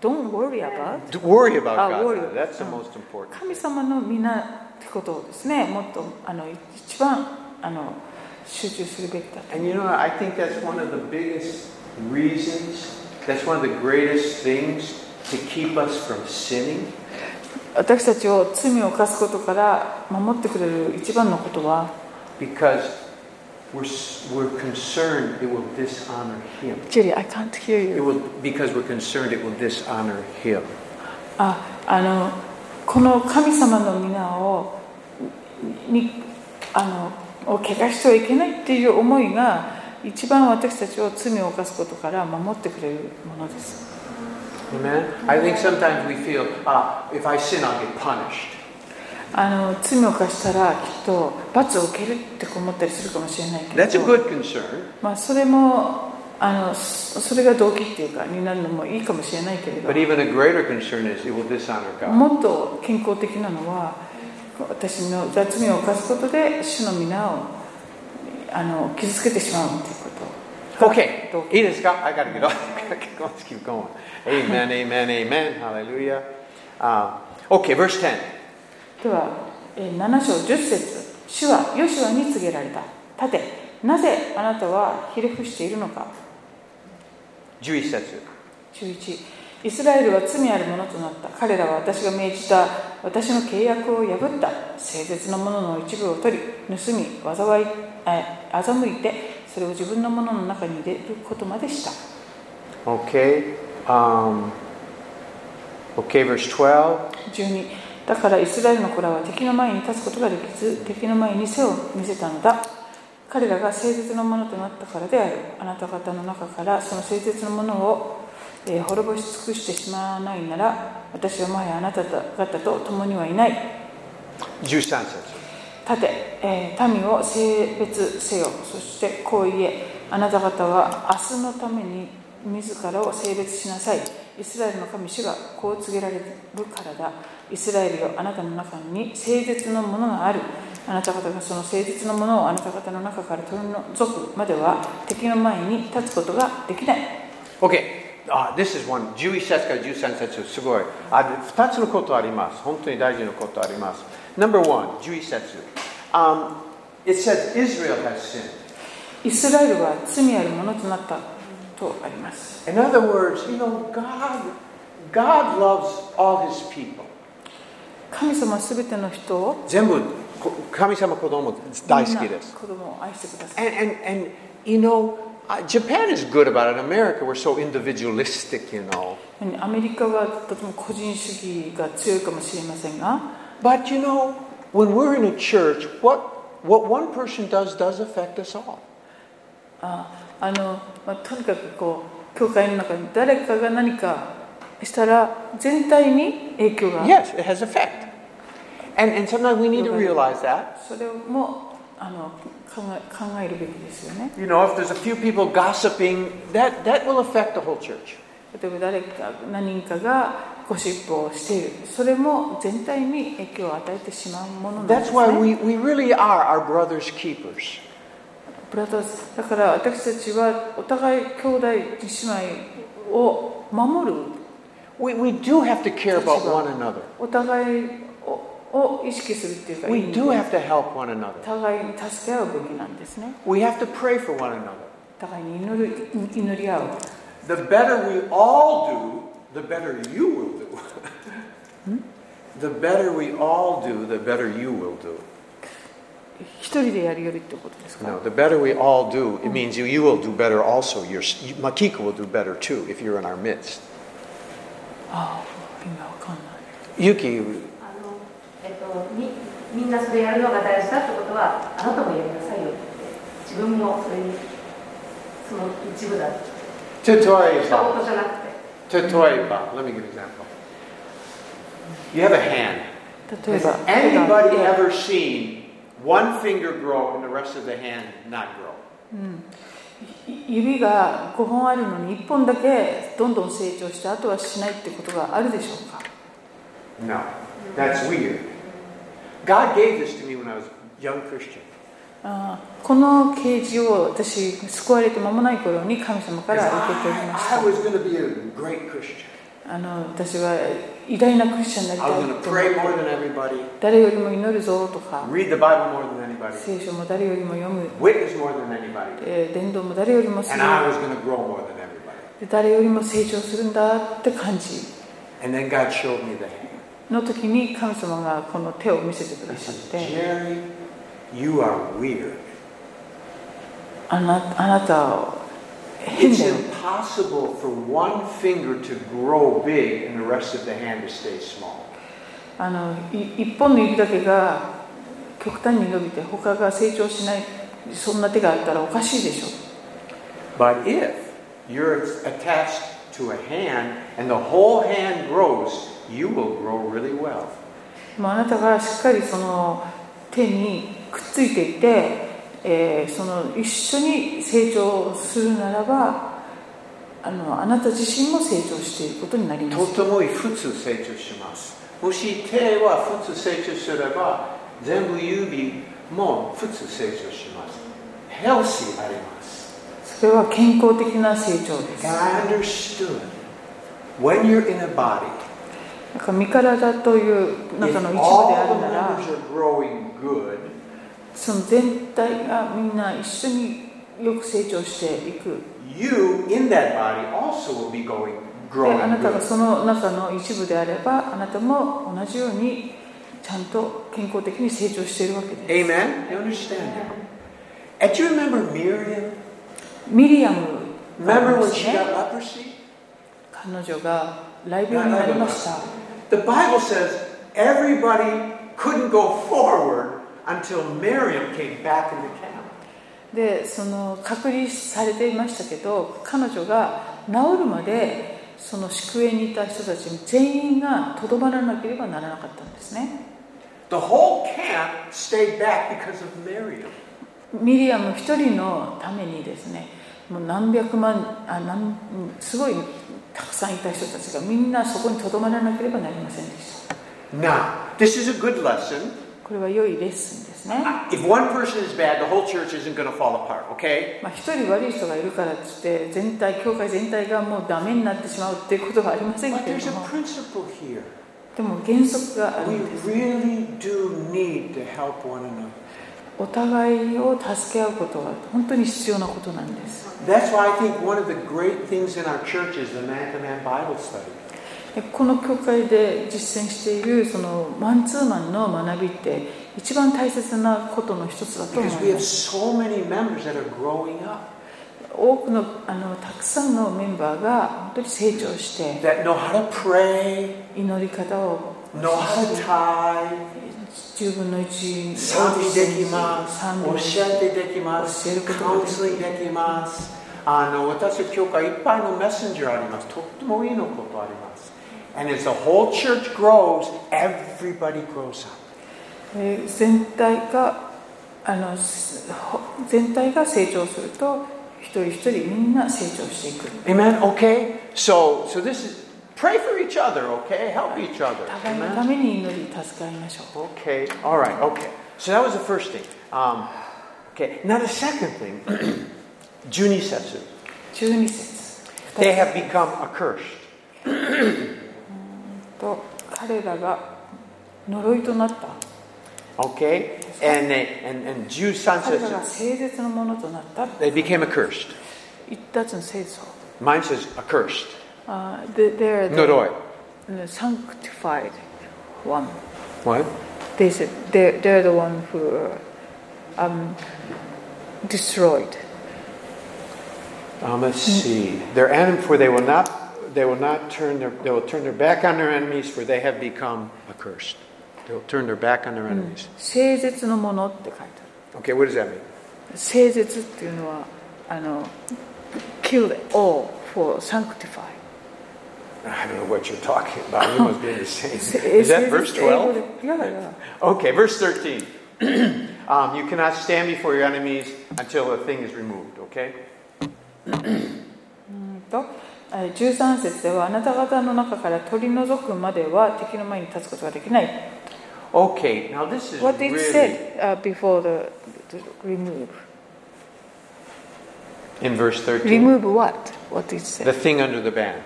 Don't worry about To worry about Ah, God's worry. honor. That's the Mm. most important. 神様の皆ってことをですねもっとあの一番あの集中するべきだと And you know, I think that's one of the biggest reasons, that's one of the greatest things to keep us from sinning 私たちを罪を犯すことから守ってくれる一番のことは because we're, s- we're concerned it will dishonor Him. ジェリー、I can't hear It you. will, because we're concerned it will dishonor Him. あ、あの、この神様の皆を、に、あの、を怪我してはいけないっていう思いが、一番私たちを罪を犯すことから守ってくれるものです。 Amen? I think sometimes we feel, ah, if I sin, I'll get punished. あの、罪を犯したら、きっと罰を受けるって思ったりするかもしれないけれ That's a ど、 good concern, まあ、それも、あの、そそれが動機っていうか、になるのもいいかもしれないけれど but。even a greater concern is it will dishonor God. もっと健康的なのは私の雑味を犯すことで主の皆をあの傷つけてしまうということ Okay, と it is God. I got to get off. Let's keep going. Amen, amen, amen. Hallelujah. Um, okay, verse 10. ではえー7章10節主はヨシュアに告げられた立てなぜあなたはひれ伏しているのか11節. 11イスラエルは罪あるものとなった彼らは私が命じた私の契約を破った誠実なものの一部を取り盗み災いえ欺いてそれを自分のものの中に入れることまでした Okay. Um, okay, verse 12. 12だからイスラエルの子らは敵の前に立つことができず敵の前に背を見せたのだ彼らが誠実なものとなったからであるあなた方の中からその誠実なものを、えー滅ぼし尽くしてしまわないなら私はもはやあなた方と共にはいない13節.立て、えー民を性別せよそしてこう言えあなた方は明日のために自らを性別しなさいイスラエルの神主がこう告げられるからだイスラエルよあなたの中に誠実のものがあるあなた方がその誠実のものをあなた方の中から取り除くまでは敵の前に立つことができない Okay. Ah, this is one. 11節から13節すごい。あ2つのことあります。本当に大事なことあります。Number one, 11節。Um, it says Israel has sinned. イスラエルは罪あるものとなったとあります In other words, you know, God, God loves all his people. 神様は全ての人を全部神様子供大好きでみんす。な子供を愛してください And, and, and you know, uh, Japan is good about it. America, we're so individualistic, you know. アメリカはとても個人主義が強いかもしれませんが But you know, when we're in a church, what, what one person does does affect us all. ああの、まあ、とにかくこう教会の中に誰かが何かしたら全体に影響が Yes, it has effect. And, and sometimes we need to realize that. それもあの考え考えるべきですよね You know, if there's a few people gossiping, that, that will affect the whole church. 例えば誰か何人かがゴシップをしているそれも全体に影響を与えてしまうものなんで That's す、 why ね、 we, we really are our brother's keepers. ブラザーズだから私たちはお互い兄弟姉妹を守る We, we do have to care about one another. お互いをを意識するっていうか We 意味で do have to help one another. 互いに助け合うべきなんですね We have to pray for one another. 互いに祈る祈り合う The better we all do, the better you will do. the better we all do, the better you will do. 一人でやるよりってことですか、 No, the better we all do, it means you, you will do better also. Your, you- Makika will do better too if you're in our midst. ああ今わかんない Yuki, あの、えっと、みみんなそれやるのが大事だってことはあなたもやりなさいよって自分もそれにその一部だって一 Tutoiba. 言じゃなくて Tutoiba. Let me give you an example. You have a hand. 例え Has ば anybody 手が ever seen one finger grow and the rest of the hand not grow? 指が5本あるのに1本だけどんどん成長してあとはしないってことがあるでしょうか No, that's weird. God gave this to me when I was a young Christian. ああこの啓示を私救われて間もない頃に神様か Because ら受け取りまし I, I た was going to be a great Christian. あの私は偉大なクリスチャンに I was な going to りた pray いと more than everybody, 誰よりも祈るぞとか read the Bible more than anybody, 聖書も誰よりも読む、 witness more than anybody, えー伝道も誰よりもす and る I was going to grow more than everybody. で誰よりも成長するんだって感じ And then God showed me the hand. の時に神様がこの手を見せてく He ださっ says, て Jerry, you are weird. あなあなたを変 It's だよ impossible for one finger to grow big and the rest of the hand to stay small. あのい一本の指だけが極端に伸びて他が成長しないそんな手があったらおかしいでしょ But if you're attached to a hand and the whole hand grows, you will grow really well. でもあなたがしっかりその手にくっついていて、えーその一緒に成長するならばあのあなた自身も成長していくことになりますとても普通成長します。もし手は普通成長すれば、全部指も普通成長します。ヘルシーあります。それは健康的な成長です And I understood when you're in a body, なんか身体という中 if の一部であ all the るなら members are growing good, その全体がみんな一緒によく成長していく you in that body also will be going で growing あなた good. がその中の一部であればあなたも同じようにちゃんと健康的に成長しているわけです Amen? You understand that? And do you remember Miriam? ミリアム Remember when she ね got leprosy? 彼女が雷病になりました The Bible says everybody couldn't go forward until Miriam came back in the camp. でその隔離されていましたけど彼女が治るまでその宿営にいた人たち全員がとどまらなければならなかったんですね The whole camp stayed back because of Miriam. ミリアム一人のためにですねもう何百万あ何すごいたくさんいた人たちがみんなそこにとどまらなければなりませんでした Now, this is a good lesson. これは良いレッスンですね If one person is bad, the whole church isn't going to fall apart, okay? まあ、一人悪い人がいるからっつって全体教会全体がもうダメになってしまうっていうことはありません But けれ there's ど a も principle here. でも原則がある We んです really do need to help one another. お互いを助け合うことは本当に必要なことなんです That's why I think one of the great things in our church is the man to man Bible study. でこの教会で実践しているそのマンツーマンの学びって一番大切なことの一つだと思 Because we いま have す so many members that are growing up, 多くのあのたくさんのメンバーが本当に成長して that know how to pray, 祈り方を野畑十分の1賛美できます賛美教えてできます教えることカがウンできセリングできますあの私の教会いっぱいのメッセンジャーありますとってもいいのことあります And as the whole church grows, everybody grows up. えー全体があのすほ全体が成長すると一人一人みんな成長していく Amen. Okay. So, so this is pray for each other. Okay. Help each other. 互いの Amen. ために祈り助かりましょう Okay, all right, okay. So that was the first thing. Um, okay, now the second thing, Junisetsu. 12節 They have become accursed. と彼らが呪いとなった Okay? And they, and, and 彼らが Jusansetsu, 聖絶のものとなった they became accursed. 一達の聖像 Mine says accursed. あーで they're the- Noroi. the sanctified one What? they said they're, they're the one who um, destroyed Um, let's see. Their enemy, for they will not, they will not turn their, they will turn their back on their enemies, for they have become accursed. They'll turn their back on their enemies. 聖絶のものって書いてある Okay, what does that mean? 聖絶っていうのはあの kill all for sanctify I don't know what you're talking about. You must be in the same. せ Is 聖 that verse 絶って英語 12? でいやいや Okay, verse 13. um, you cannot stand before your enemies until a thing is removed, okay? うんとえー13節ではあなた方の中から取り除くまでは敵の前に立つことができない Okay, now this is What it really said、uh, before the, the remove in verse 13. remove what what it said The thing under the ban.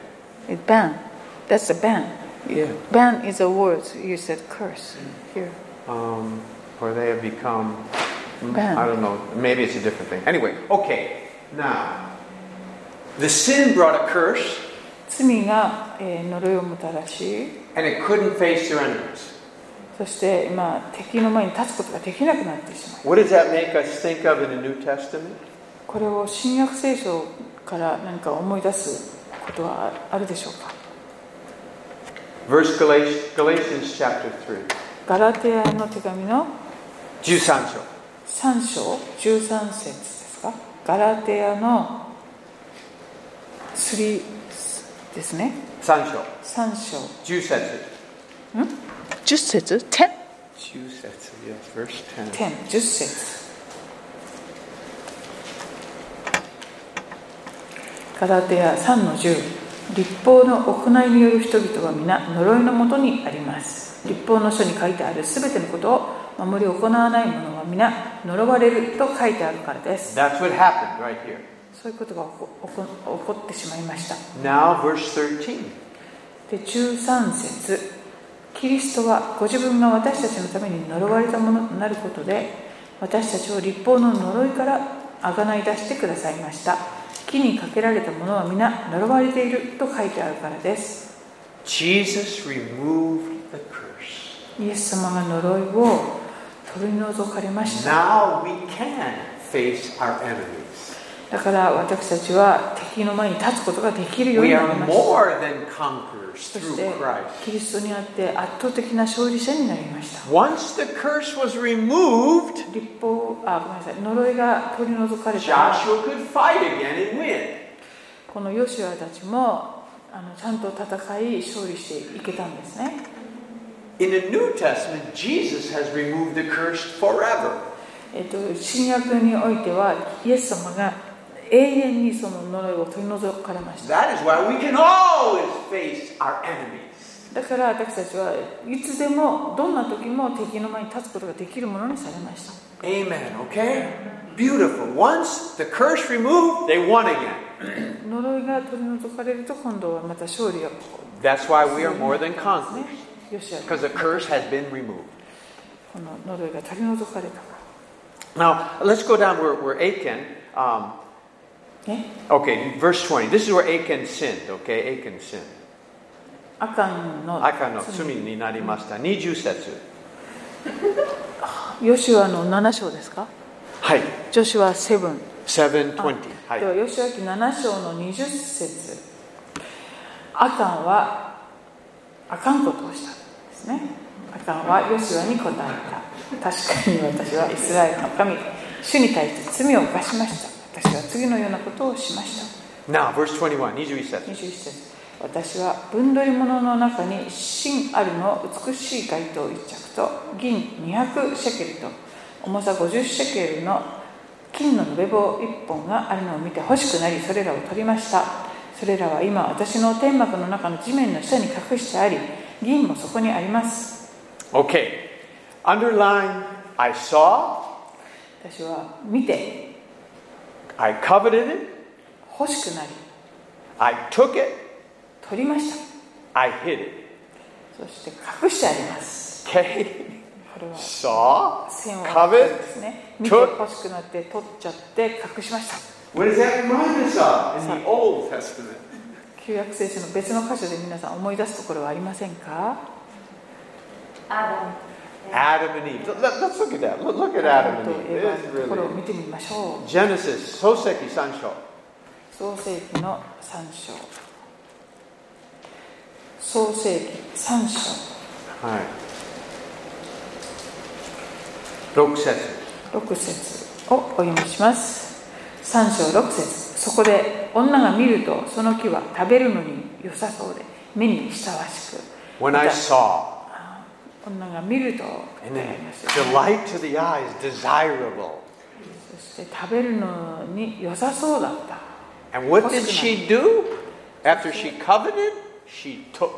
It ban. That's a ban. Yeah. Ban is a word. You said curse here. Um, or they have become, mm, Ban. I don't know, maybe it's a different thing. Anyway, okay, now, the sin brought a curse 罪が、えー呪いをもたらし、 and it couldn't face their enemies. そして、まあ、敵の前に立つことができなくなってしまう。 What does that make us think of in the New Testament? これを新約聖書から何か思い出すことはあるでしょうか Verse Galat- Galatians chapter 3. ガラテヤの手紙の13章。 3章13節ですかガラテヤの3ですね。 3章。 3章。 10節。 10節 ?10?10 10節, yes, verse 10. 10 10節ガラテヤ3の10立法の行いによる人々は皆呪いのもとにあります立法の書に書いてあるすべてのことを守り行わない者は皆呪われると書いてあるからです That's what happened right here. そういうことが起こ起こ起こってしまいました Now, verse 13. で13節キリストはご自分が私たちのために呪われたものとなることで私たちを立法の呪いからあがない出してくださいました木にかけられたものは皆呪われていると書いてあるからです Jesus removed the curse. イエス様が呪いを取り除かれました Now we can face our enemies. だから私たちは敵の前に立つことができるよう We になり are ました more than conquerors そし through て Christ. キリストにあって圧倒的な勝利者になりました Once the curse was removed, 立法あごめんなさい呪いが取り除かれたら Joshua could fight again and win. このヨシュアたちもあのちゃんと戦い勝利していけたんですね In the New Testament, Jesus has removed the curse forever. えっと新約においてはイエス様が永遠にその呪いを取り除かれました That is why we can always face our enemies. だから私たちはいつでもどんな時も敵の前に立つことができるものにされました Amen, okay? Beautiful. Once the curse removed, they won again. 呪いが取り除かれると今度はまた勝利が That's why we are more than conquerors, ヨシュアが because the curse has been removed. この呪いが取り除かれたか Now, let's go down where, where Achan, um, らね okay, verse 20. This is where Achan sinned, okay? Achan sinned. アカンの Achan no tsumi ni narimashita. Niju setsu. ヨシュアの7章ですか Hai. 女子は7 720. で Hai. は、ヨシュア記7章の20節アカンはあかんことをしたんですですねアカンはヨシュアに答えた確かに私はイスラエルの神主に対して罪を犯しました私は次のようなことをしました Now, verse 21, 21 says, 21節私は分取り物の中に芯あるの美しい街灯1着と銀200シェケルと重さ50シェケルの金の延べ棒1本があるのを見て欲しくなりそれらを取りましたそれらは今私の天幕の中の地面の下に隠してあり銀もそこにあります Okay, underline, I saw, 私は見て I coveted it, 欲しくなり I took it, 取りました I hid it. そして隠してあります Okay, これは saw, 線を covet. ですね見て欲しくなって取っちゃって隠しました What does that remind us of in the Old Testament? 旧約聖書の別の箇所で皆さん思い出すところはありませんかアダム Adam and Eve. Let, us look at that. Look, look at Adam と and Eve. エ It's ヴァのところを really 見てみましょう Genesis, Soseki, Sancho. 創世記の3章創世記3章 Hi. Rook says, 6節をお読みします3章6節そこで女が見るとその木は食べるのに良さそうで目にふさわしく When I saw, 女が見ると and then delight to the eyes, desirable. そして食べるのに良さそうだった And what did she do? After she coveted, she took.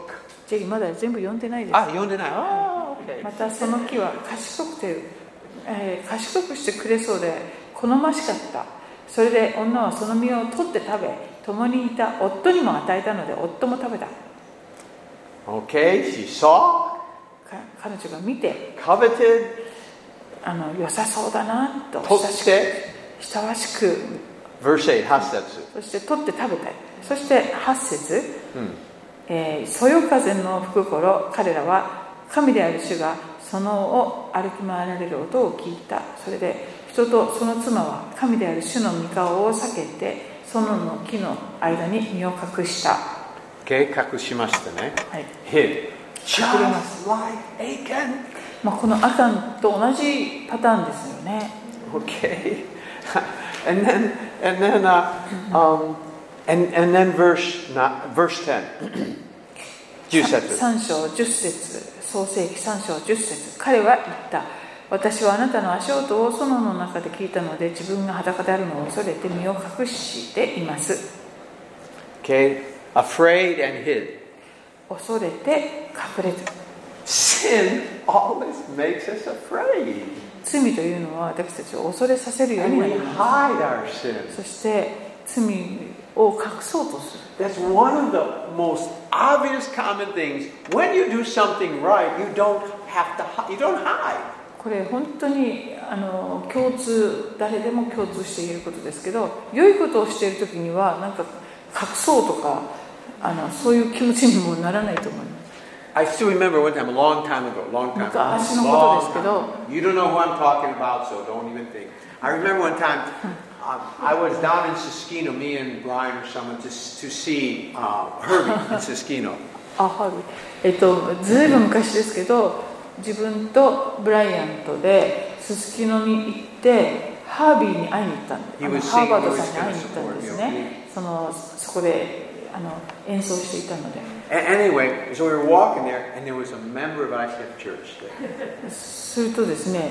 ジェリーまだ全部読んでないです Ah, you didn't. Oh, okay. またその木は賢くて、えー賢くしてくれそうで好ましかったそれで女はその実を取って食べ共にいた夫にも与えたので夫も食べたか Okay, she saw, 彼女が見て coveted, あの良さそうだなと親し took. く親しく Verse 8, Hasetsu. そして取って食べたいそして8節、Hmm. えーそよ風の吹く頃彼らは神である主がそのを歩き回られる音を聞いたそれで人とその妻は神である主の御顔を避けてそのの木の間に身を隠した、は計画しましたね。い Hid. 隠れます Just like Achan. まあ、このアカンと同じパターンですよね Okay. and then, and then, uh, um, and, and then verse, not, verse 10. 10節。 3章10節創世記3章10節彼は言った私はあなたの足音を園の中で聞いたので自分が裸であるのを恐れて身を隠しています Okay. Afraid and hid. 恐れて隠れて Sin always makes us afraid. 罪というのは私たちを恐れさせるよう And にな we りま hide our sin. すそして罪を隠そうとする That's one of the most obvious common things. When you do something right, you don't have to hide. You don't hide. これ本当にあの共通誰でも共通して言えることですけど良いことをしている時にはなんか隠そうとかあのそういう気持ちにもならないと思います I still remember one time, a long time ago, long time ago. 昔のことですけど。 long time ago. You don't know who I'm talking about, so don't even think. I remember one time, um, I was down in Siskino, me and Brian or someone, to, to see uh, Herbie in Siskino. あはいえっとずいぶん昔ですけど自分とブライアントですすきのに行ってハービーに会いに行ったんで He あの was ハーバー singing ドさんに会いに行ったんですねそのそこであの演奏していたので A- anyway, so we were walking there, and there was a member of ICF Church there. するとですね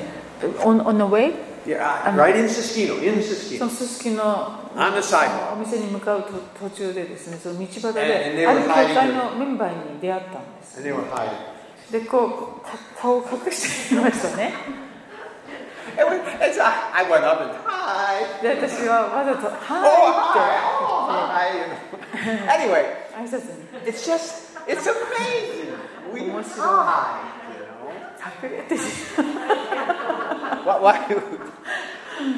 on, on the way Yeah, I- Um, right in Siskino, in そ Siskino. のすすきの On the sidewalk. お店に向かうと途中でですねその道端で And- and they あ were る教 hiding 会のメンバーに出会ったんです And they were hiding. でこうか顔を隠していましたね And, we, and so I, I went up and, hi. で私はわざと「 Oh, は hi. Oh, hi. you know. anyway. ーい」って挨拶に It's just, it's amazing. We What's it hide, you know. 隠れてし Why? why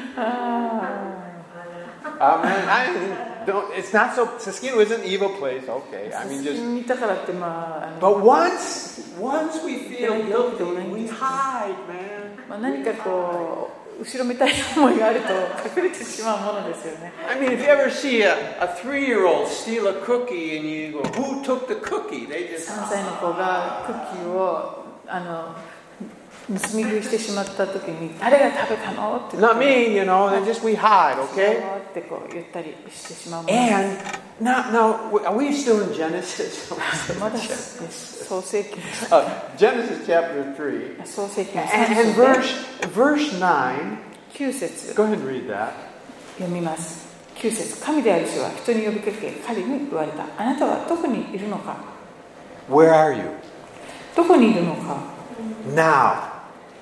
まう I mean, Um, I don't, it's not so, Siskino is an evil place, okay. I mean, すすき just. にいたからってまああの、 But once, once we feel guilty, we hide, man. まあ、何かこう後ろめたい思いがあると隠れてしまうものですよね I mean, if you ever see a, a three year old steal a cookie and you go, who took the cookie? They just. 3歳の子がクッキーをあの盗み食いしてしまった時に誰が食べたのって Not me, you know, then just we hide, 誰 okay? がってこう言ったりしてしまうもの And now, now, are we still in Genesis? まだです創世記 Uh, Genesis chapter 3. 創世記の And, 3 and 章で verse, verse 9, 9節 go ahead and read that. 読みます9節神である主は人に呼びかけ彼に言われたあなたはどこにいるのか Where are you? どこにいるのか Now,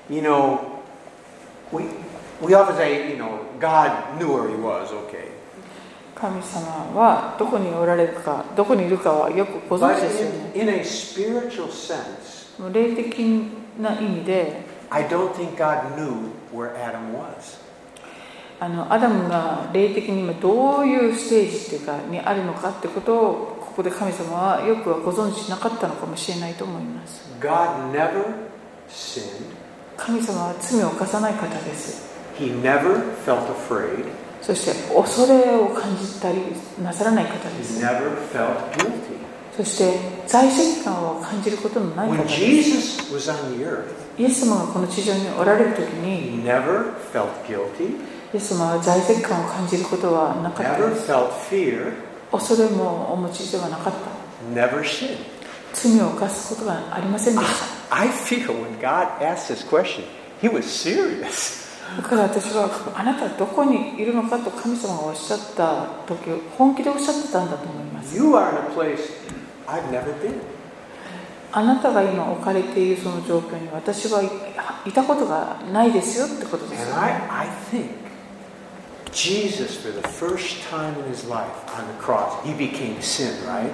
you know, we, we often say, you know, God knew where he was, okay. 神様はどこにおられるかどこにいるかはよくご存 But 知ですよね in, in a spiritual sense, もう霊的な意味で I don't think God knew where Adam was. あのアダムが霊的に今どういうステージっていうかにあるのかってことをここで神様はよくはご存知しなかったのかもしれないと思います God never sinned. 神様は罪を犯さない方です He never felt afraid. そして恐れを感じたりなさらない方で He す never felt guilty. そして罪責感を感じることのない方 When です Jesus was on the earth, イエス様がこの地上におられる時 he に never felt guilty, イエス様は罪責感を感じることはなかった never です felt fear, 恐れもお持ちではなかった never sinned. 罪を犯すことがありませんでした I feel when God asked this question, he was serious. だから私はあなたはどこにいるのかと神様がおっしゃった時本気でおっしゃってたんだと思います You are in a place I've never been. あなたが今置かれているその状況に私はいいたことがないですよってことです And よね I, I think Jesus, for the first time in his life on the cross, he became sin, right?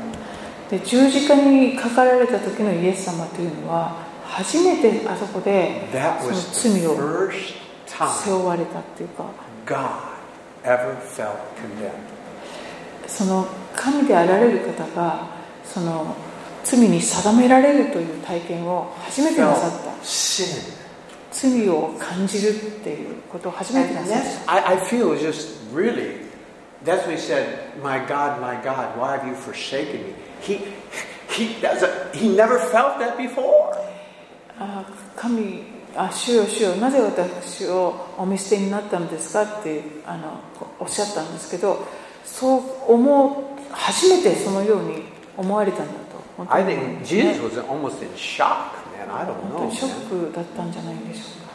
で十字架にかかられた時のイエス様というのは初めてあそこで That その was 罪 the を first 背 time 負われたっていうか God ever felt condemned. その神であられる方がその罪に定められるという体験を初めてなさった Felt sin. 罪を感じるっていうことを初めてな And さった that's, I, I feel it's just really, that's when he said, My God, my God, why have you forsaken me? He, he, that's a, he never felt that before. あ神あ主よ主よなぜ私をお見捨てになったのですかってあのこうおっしゃったんですけどそう思う初めてそのように思われたんだと本当 I に思うん think ですね Jesus was almost in shock, man. I don't 本当にショ know. ックだったんじゃないでしょうか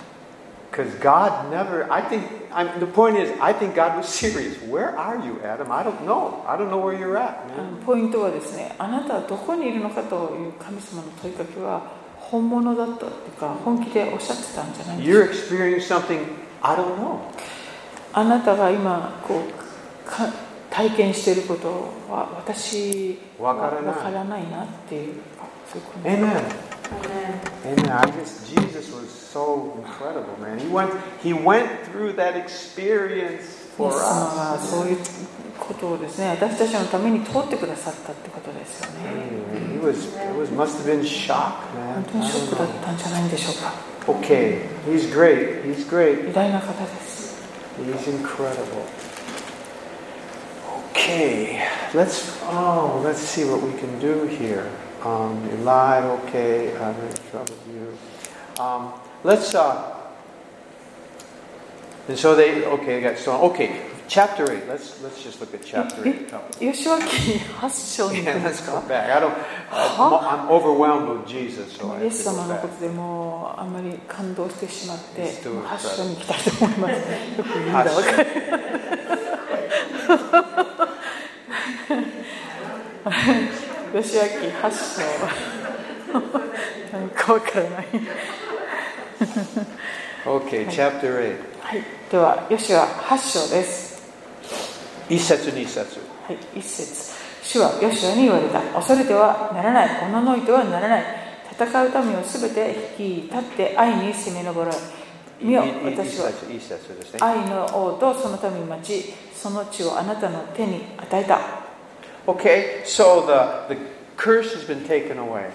Because God never, I think, I, the point is, I think God was serious. Where are you, Adam? I don't know. I don't know where you're at, あの man. ポイントはですねあなたはどこにいるのかという神様の問いかけは本物だったというか本気でおっしゃってたんじゃないでしょうか You're experiencing something I don't know. あなたが今こうか体験していることは私はわからないわからないなっていうかそういうこと Amen. ね Amen. I just Jesus was so incredible, man. He went he went through that experience イエ for ス様はそう us. いうことをですね私たちのために通ってくださったってことですよね Anyway, He was it was must have been shock, 本 man. 当にショッ I クだっ don't たんじゃないでしょうか know. Okay, he's great. He's great. 偉大な方です He's incredible. Okay, let's oh let's see what we can do here. Um, you lied. Okay, I'm in trouble with you. Um, let's uh. And so they okay, they got stolen. Okay, chapter eight. Let's let's just look at chapter eight. 吉脇8章に行 Yeah, くんで let's す go か back. I don't. I'm, I'm overwhelmed with Jesus, so I イエ have ス to go 様のこ back. とでもうあんまり感動してしまってイエスと8章に行きたいと思いますよく言 Ah, うんだわかる吉明8章 なんかわからない Okay, chapter eight. はいでは吉は8章です Isetsu nisetsu. はい、一節主はヨシュアに言われた恐れてはならないおののいてはならない戦う民をすべて率い立って愛に攻め上ろう見よ I- I- 私は isetsu, isetsu ですね。愛の王とその民に待ちその地をあなたの手に与えた Okay, so the, the curse has been taken away.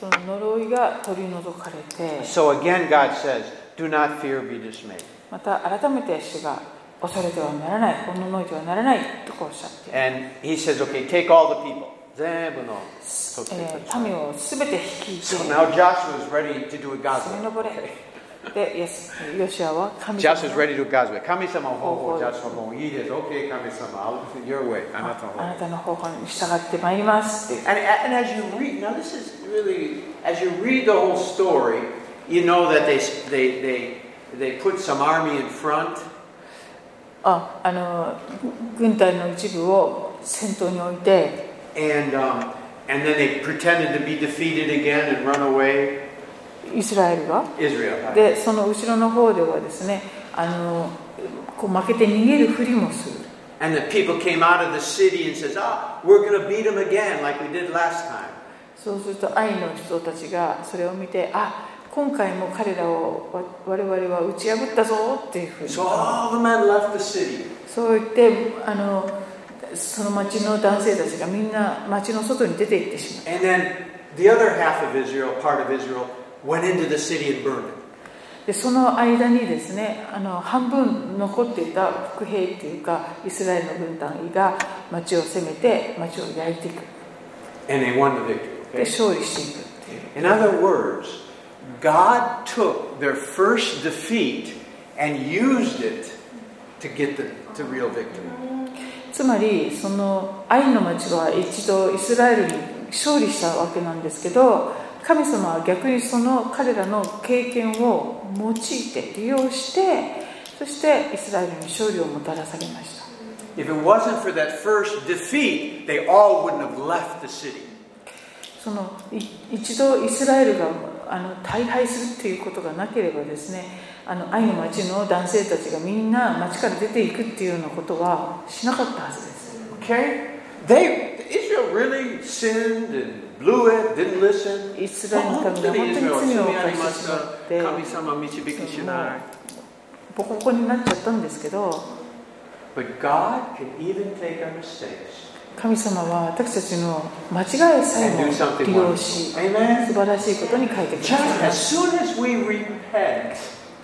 その呪いが取り除かれて So again, God says, Do not fear, be dismayed. また改めて主が恐れてはならないおののいてはならないとこうおっしゃって And he says, Okay, take all the people. 全部の取ってえくーださい民をすべて率いて So now Joshua is ready to do it God's 攻め way. 上れでイエスヨシアは神 Joshua 様 is の ready to do God's way. 神様の方方法、法 Joshua もいいです。OK、神様、I'll do your way. あなたの方あな法。たの方法に従ってまいりますっていう And, and as you read, now this is really, as you read the whole story, you know that they, they, they, they put some army in front. ああの軍隊の一部を先頭に置いて And, um, and then they pretended to be defeated again and run away. イスラエルが Israel. でその後ろの方ではですねあのこう負けて逃げるふりもする And the people came out of the city and says, ah, we're going to beat them again like we did last time. そうすると愛の人たちがそれを見てあ今回も彼らをわ我々は打ち破ったぞっていうふうに So all the men left the city. そう言ってあのその町の男性たちがみんな町の外に出て行ってしまう And then the other half of Israel, part of Israel, went into the city and burned it. でその間にですねあの半分残っていた副兵っていうかイスラエルの軍隊が町を攻めて町を焼いていく And they won the victory. で okay? 勝利していくっていう In other words, God took their first defeat and used it to get the to real victory. つまりその愛の町は一度イスラエルに勝利したわけなんですけど神様は逆にその彼らの経験を用いて利用してそしてイスラエルに勝利をもたらされました If it wasn't for that first defeat, they all wouldn't have left the city. そのい一度イスラエルがあの大敗するっていうことがなければですねあの愛の町の男性たちがみんな町から出ていくっていうようなことはしなかったはずです Okay? They Israel really sinned and blew it, didn't listen. イスラエルの民が本当に罪を犯してしまって神様導きしない。ボコボコになっちゃったんですけど But God can even take our mistakes 神様は私たちの間違いさえ and do も something 利用し wonderful. Amen. 素晴らしいことに変えてくだ Just さい as soon as we repent,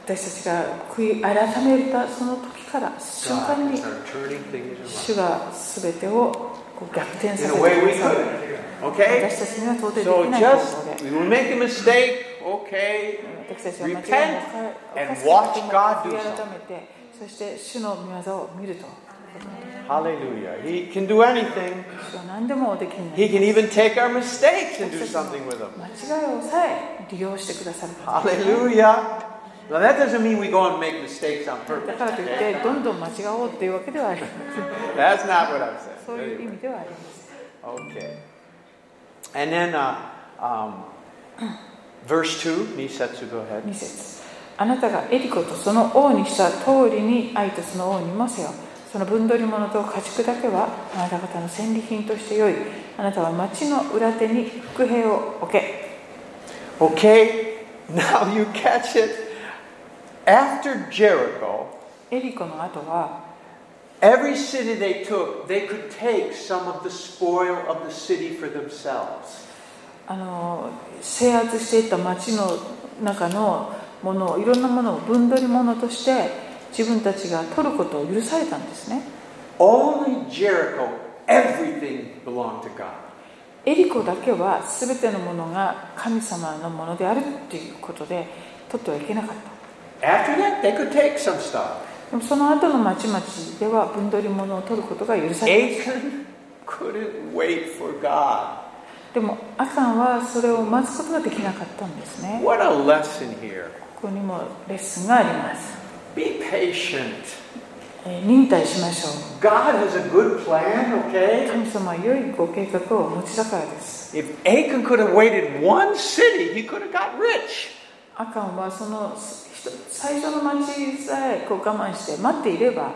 私たちが悔い改めたその時から瞬間 God can に start turning things 主が全てをこう逆転 around さ in せて a くだ way we さい could. Okay? 私たちには到底でき So ない方法で just we make a mistake, okay. 私たちは間違いを犯 Repent す and watch ことな God く悔 do い something. 改めてそして主の御業を見ると Hallelujah. He can do anything. 主は何でもおできにな He る can even take our mistakes and do 私たちの something with them. 間違いをさえ利用してくださる方 Hallelujah. Now that doesn't mean we go and make mistakes on だ purpose. からといって okay? どんどん間違おうっていうわけではありません That's not what I'm saying. そういう意 Anyway. 味ではありません Okay. And then uh, um, verse 2, Nisetsu, go ahead. 2節あなたがエリコとその王にした通りに愛とその王にもせよその分取り物と家畜だけはあなた方の戦利品として良いあなたは町の裏手に伏兵を置け Okay, now you catch it. After Jericho, エリコの後は every city they took, they could take some of the spoil of the city for themselves. あの制圧していった町の中のものをいろんなものを分取り物として自分たちが取ることを許されたんですね Only Jericho, everything belonged to God. エリコだけは全てのものが神様のものであるっていうことで取ってはいけなかった After that, they could take some stuff. でもその後の町々では分取り物を取ることが許された Achan couldn't wait for God. でもアカンはそれを待つことができなかったんですね What a lesson here. ここにもレッスンがあります、 Be patient. えー忍耐しましょ God has a good plan, う okay? 神様は良いご計画をお持ちだからです If Achan could have waited one city, he could have got rich. アカンはそのひと最初の町さえこう我慢して待っていれば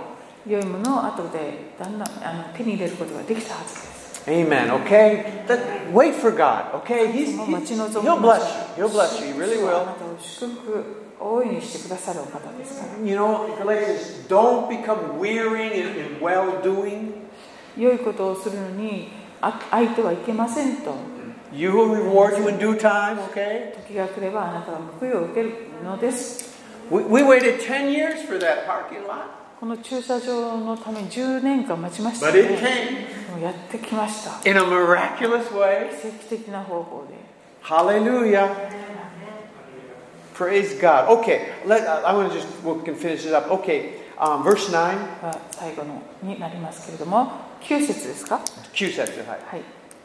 良いものを後でだんだんあの手に入れることができたはずです Amen, okay? That- wait for God, okay? He's, もう he, 待ち望 will む bless you. He'll bless you. He really あ will. なたを祝福大いにしてくださるお方ですから You know, Galatians, don't become weary in, in well doing. 良いことをするのにあ相手はいけませんと You will reward you in due time, okay? 時が来ればあなたは報いを受けるのです We, we waited 10 years for that parking lot, この駐車場のために10年間待ちました but ね it came. でもやってきました in a miraculous way. 奇跡的な方法で Hallelujah. Praise God. Okay, let, I want to just, we can finish it up. Okay, um, verse 9, まあ最後のになりますけれども9節ですか9節はい。はい、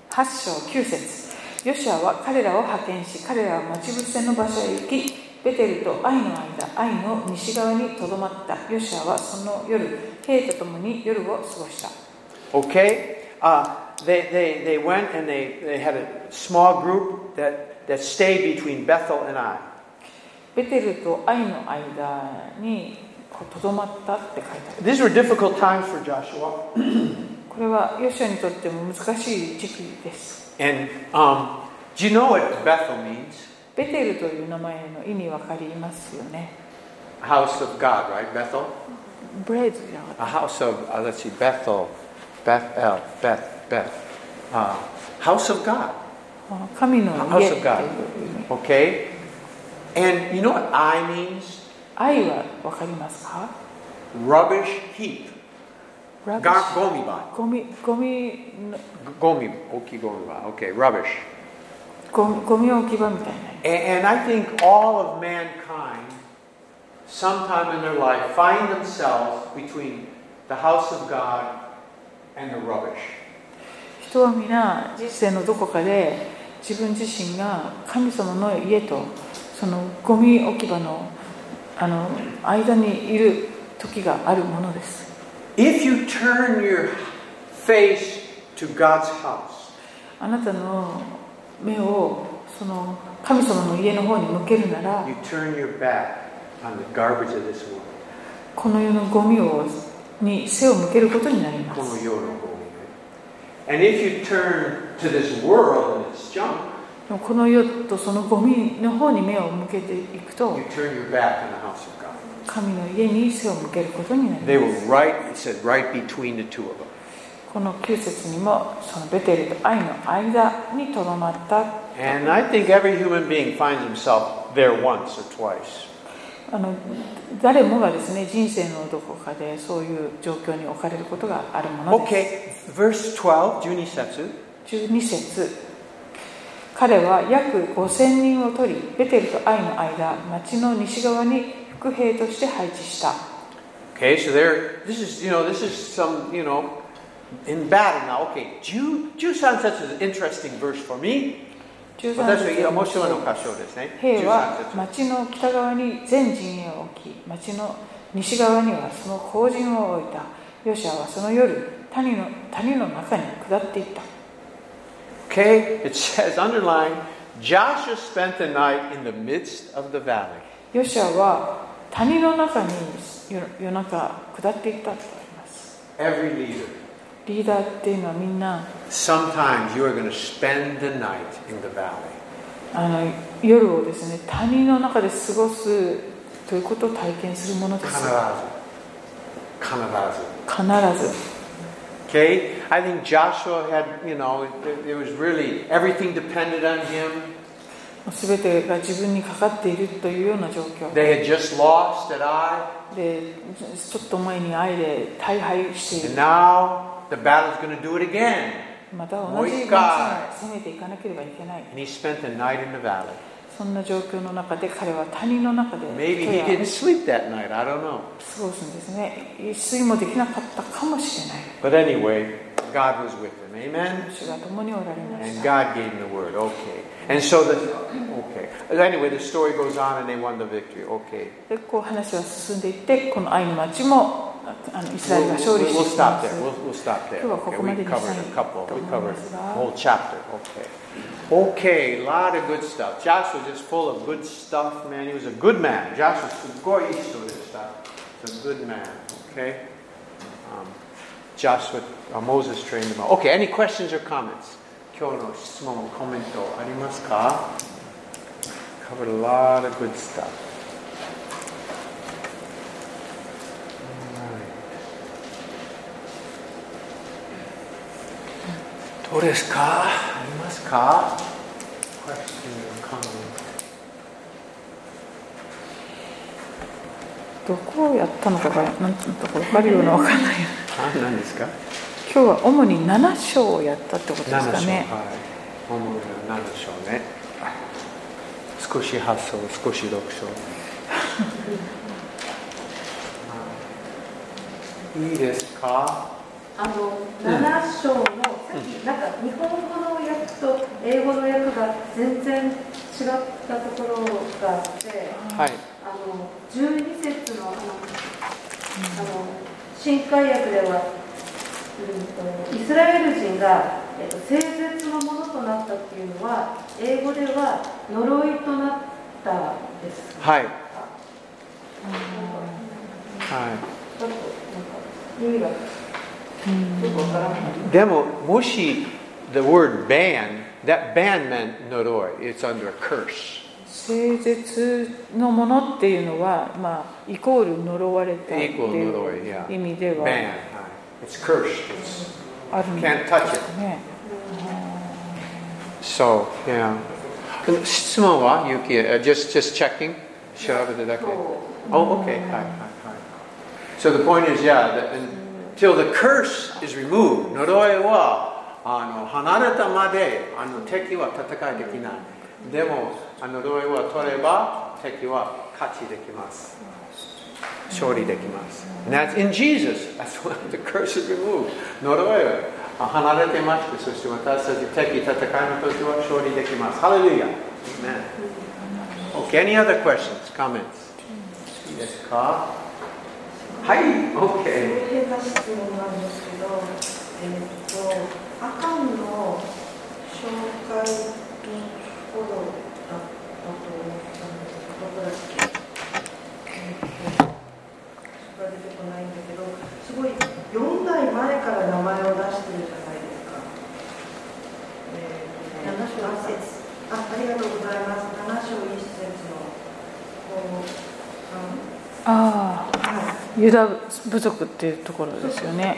8章9節ヨシュアは彼らを派遣し彼らは待ち伏せの場所へ行きベテルとアイの間アイの西側にとどまったヨシュアはその夜兵と共に夜を過ごした Okay? Uh, they, they, they went and they, they had a small group that, that stayed between Bethel and I. ベテルとアイの間にこうとどまったって書いてある These were difficult times for Joshua. これはヨシュアにとっても難しい時期です And um, do you know what Bethel means? ベテルという名前の意味わかりますよね House of God, right? Bethel? ブレイズじゃなかった A house of, uh, let's see, Bethel, Bethel, Beth, Beth. Uh, house of God. 神の家っていう House of 意 God. 味 Okay? And you know what I means? 愛はわかりますか Rubbish heap. ラブシ Gar- Gomibai. ゴミゴミの Gomi, oki gomibai. Okay, rubbish. ゴミゴミ置き場みたいな And, and I think all of mankind, sometime in their life, find themselves between the house of God and the rubbish. 人は皆人生のどこかで自分自身が神様の家とそのゴミ置き場のあの間にいる時があるものです If you turn your face to God's house, あなたの目をその神様の家の方に向けるなら you turn your back on the garbage of this world. この世のゴミをに背を向けることになります And if you turn to this world and its junk, でもこの世とそのゴミの方に目を向けていくと you turn your back on the house of God. 神の家に背を向けることになります They were right, it said, right between the two of them. この9節にもそのベテルと愛の間にとどまった And I think every human being finds himself there once or twice. あの誰もがですね人生のどこかでそういう状況に置かれることがあるもので Okay, verse 12, Junisetsu. す、12節彼は約5000人を取りベテルと愛の間町の西側に副兵として配置した Okay, so there, this is, you know, this is some, you know, in battle now. Okay, Ju, Jusansetsu is an interesting verse for me. 13節私は面白いの箇所ですね。兵は13節。町の北側に全陣営を置き町の西側にはその後陣を置いたヨシアはその夜谷の谷の中に下っていった Okay, it says, underline, Joshua spent the night in the midst of the valley. ヨシアは谷の中に夜夜中下っていったとあります Every leader. リーダーっていうのはみんな Sometimes you are going to spend the night in the valley. あの夜をですね谷の中で過ごすということを体験するものです Kanarazu. Kanarazu. 必ず Okay? I think Joshua had, you know, it, it was really, everything depended on him. 全てが自分にかかっているというような状況 They had just lost at Ai, でちょっと前に愛で大敗してい and る now the battle's going to do it again. またも同うじ街一に回攻めていかなければいけない And he spent the night in the valley. そんな状況の中で彼は谷の中で Maybe 一 he 夜 didn't sleep that night. I don't know. 過ごすんですね一睡もできなかったかもしれない But anyway, God was with him. Amen? 主が共におられま And した God gave him the word. Okay. And so the okay. Anyway, the story goes on and they won the victory. Okay. でこう話は進んでいってこの愛の町もあのイスラエ We'll, ルが勝 we'll, 利していき we'll ま stop す there. We'll, we'll stop 今 there. 日はここ Okay, we までにしたい covered a couple. We と思いますが。 covered a whole chapter. Okay. Okay, a lot of good stuff. Joshua was just full of good stuff, man. He was a good man. Joshua was a good man. Okay. Um, Joshua, uh, Moses trained him out. Okay, any questions or comments? 今日の質問、コメントありますか Covered a lot of good stuff. Alright. どうですかありますか Question or comment? どこをやったのかが何ていうのか分かるような分かんないようなあ、何ですか今日今日は主に7章をやったってことです7か章、ね。はい。主に7章ね。少し8章、少し6章。いいですかあの7章の、さっきなんか日本語の訳と英語の訳が全然違ったところがあってはい。あの12節のあのあの新海訳では、うんとイスラエル人が、えっと、清絶のものとなったっていうのは英語では呪いとなったです。はい。はい。ちょっとなんか意味がよくわからない。でも、もし the word ban, that ban meant noroi. It's under a curse. 聖絶のものっていうのは、まあ、イコール呪われたって Equal い noroi, う yeah. 意味では Ban. Hi. It's cursed. It's, あるんで can't touch it. すね。 So, yeah. 質問は、ゆき、uh, just, just checking? 調べてだけ。Oh, okay. Hi, hi, hi. So the point is, yeah, that until the curse is removed, 呪いはあの離れたまであの敵は戦いできない。でも、あの呪いは取れば敵は勝ちできます。勝利できます。And that's in Jesus. That's when the curse is removed. 呪いは離れてまして、そして私たち敵戦いの時は勝利できます。ハレルヤ。Okay, any other questions, comments? いいですかはい、そ OK。れが質問なんですけど、えっと、アカンの紹介のところだったと思ったんですけど、どこだっけ、えっと、それが出てこないんだけど、すごい4代前から名前を出してるじゃないですか。えっと7章一節あありがとうございます。7章1節のこうあああ、のはいユダ部族っていうところですよね。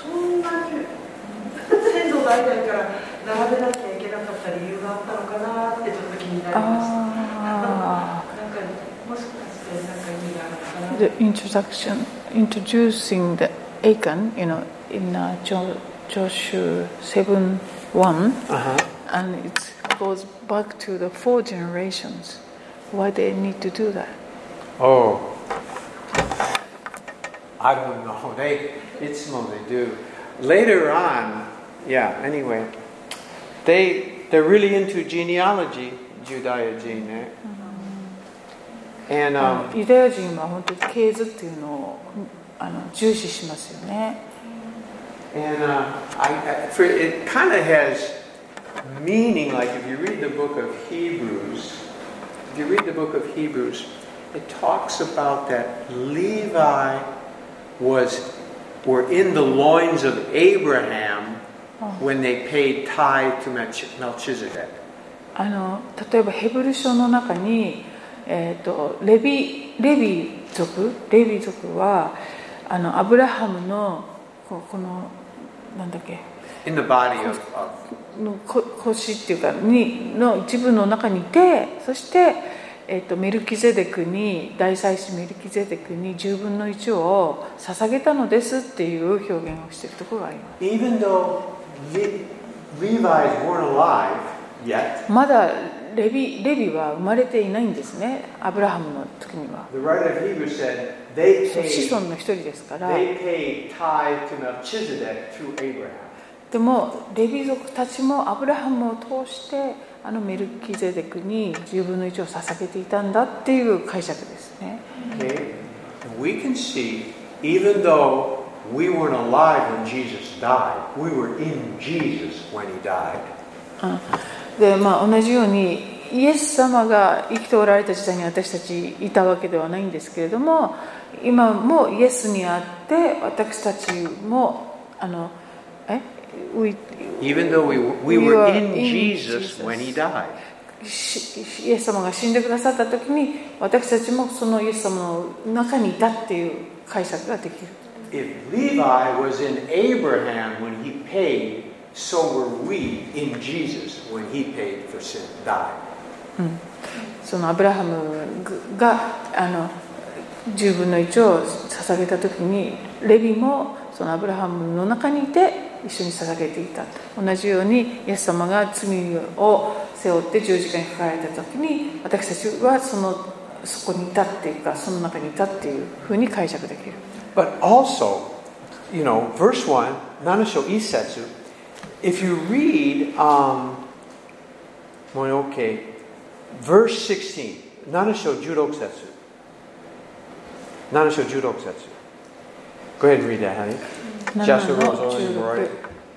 そうそうそう。そんなに先祖代々から並べなきゃいけなかった理由があったのかなってちょっと気になりました。 Ah, なんかもしかしてなんか意味があるのかな。 the introduction, introducing the Achan, you know, in uh, Jo- Joshua 7 1, and it goes back to the four generations. Why they need to do that? Oh. I don't know. They, it's more they do. Later on, yeah, anyway, they, they're really into genealogy, Judaic gene, eh? And, um, ユダヤ人は本当に系図っていうのをあの重視しますよね。 And uh, I, I, for, it kind of has meaning, like if you read the book of Hebrews, if you read the book of Hebrews, it talks about that Levi was, were in the loins of Abraham when they paid tithe to Melch- Melchizedek. あの例えばヘブル書の中に、えー、とレビレビ族レビ族はあのアブラハムのここのなんだっけ In the body of, of のこ腰っていうかにの一部の中にいてそして、えー、とメルキゼデクに大祭司メルキゼデクに10分の1を捧げたのですっていう表現をしてるところがあります even though Le- Levi's weren't alive yet, まだレビレビは生まれていないんですねアブラハムの時には the writer of Hebrews said they そう paid 子孫の一人ですから They paid tithe to Melchizedek through Abraham. でもレビ族たちもアブラハムを通してあのメルキゼデクに10分の1を捧げていたんだっていう解釈ですね Okay? We can see, even though we weren't alive when Jesus died, we were in Jesus when he died. でまあ同じようにイエス様が生きておられた時代に私たちいたわけではないんですけれども今もイエスにあって私たちもあのえ We- Even though we, We we, were were in, in Jesus, Jesus. when he died. しイエス様が死んでくださった時に私たちもそのイエス様の中にいたっていう解釈ができる If Levi was in Abraham when he paid, so were we in Jesus when he paid for sin, died. そのアブラハムがあの10分の1を捧げた時にレビもそのアブラハムの中にいて一緒に捧げていた同じようにイエス様が罪を背負って十字架にかかられた時に私たちはそのそこにいたっていうかその中にいたっていうふうに解釈できる But also, you know, verse 1, Nanasho Isetsu, if you read um, Moyoke, verse 16, Nanasho Judokusetsu. Nanasho Judokusetsu. Go ahead and read that, honey. 7 Joshua rose の early in the 16 morning.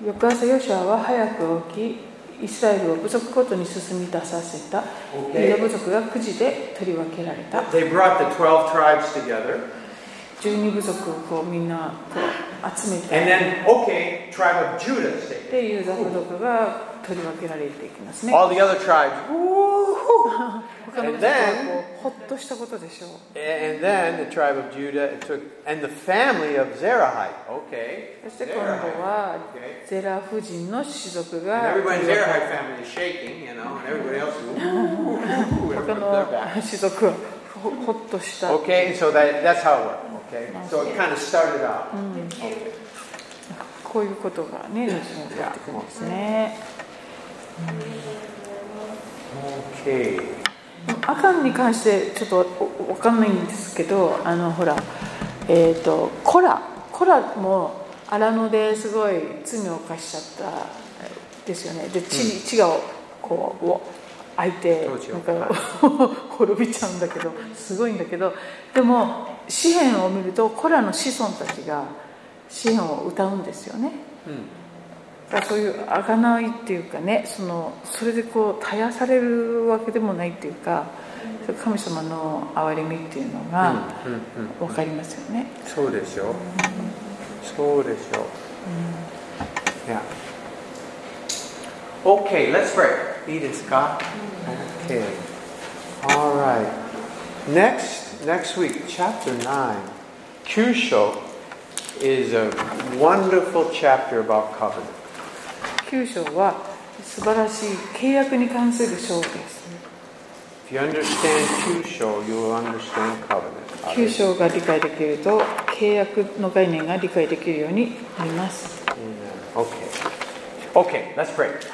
翌朝ヨシュアは早く起きイスラエルを部族ごとに進み出させたユダ部族がくじで取り分けられた They brought the 12 tribes together. 12部族をこうみんなこう集め And て then, okay, tribe of Judah stayed. でユダ部族が取り分けられていきますね All the other tribes, woo 他の部族はこうほっとしたことでしょう And then the tribe of Judah it took, and the family of Zerahite. Okay. そして今度は Okay. ゼラ夫人の氏族 And が everybody's Zerahite family is shaking, you know, and everybody else is. "Ooh, ooh, ooh," 他 everyone with their の back. 氏族はほほっとした Okay, so that, that's how it worked. Okay, so it kind of started out. こういうことがね後に起こってくるんですね Okay. アカンに関してちょっとわわかんないんですけどあのほらえっ、とコラコラも荒野ですごい罪を犯しちゃったですよねで血,、血がこうお開いてそう血をなんか 滅びちゃうんだけどすごいんだけどでも詩篇を見るとコラの子孫たちが詩篇を歌うんですよね。Hmm. だからそういうあがないっていうかねそのそれでこう絶やされるわけでもないっていうかそう神様の憐れみっていうのが分かりますよね、そうでしょ。そうでしょ。Yeah. Okay, let's pray. いいですか Okay. All right. Next, next week, chapter 9. Kyusho is a wonderful chapter about covenant. 九章は素晴らしい契約に関する章です、 If you understand Kyusho, you will understand covenant. 九章が理解できると契約の概念が理解できるようになります Amen. Okay. Okay, let's pray.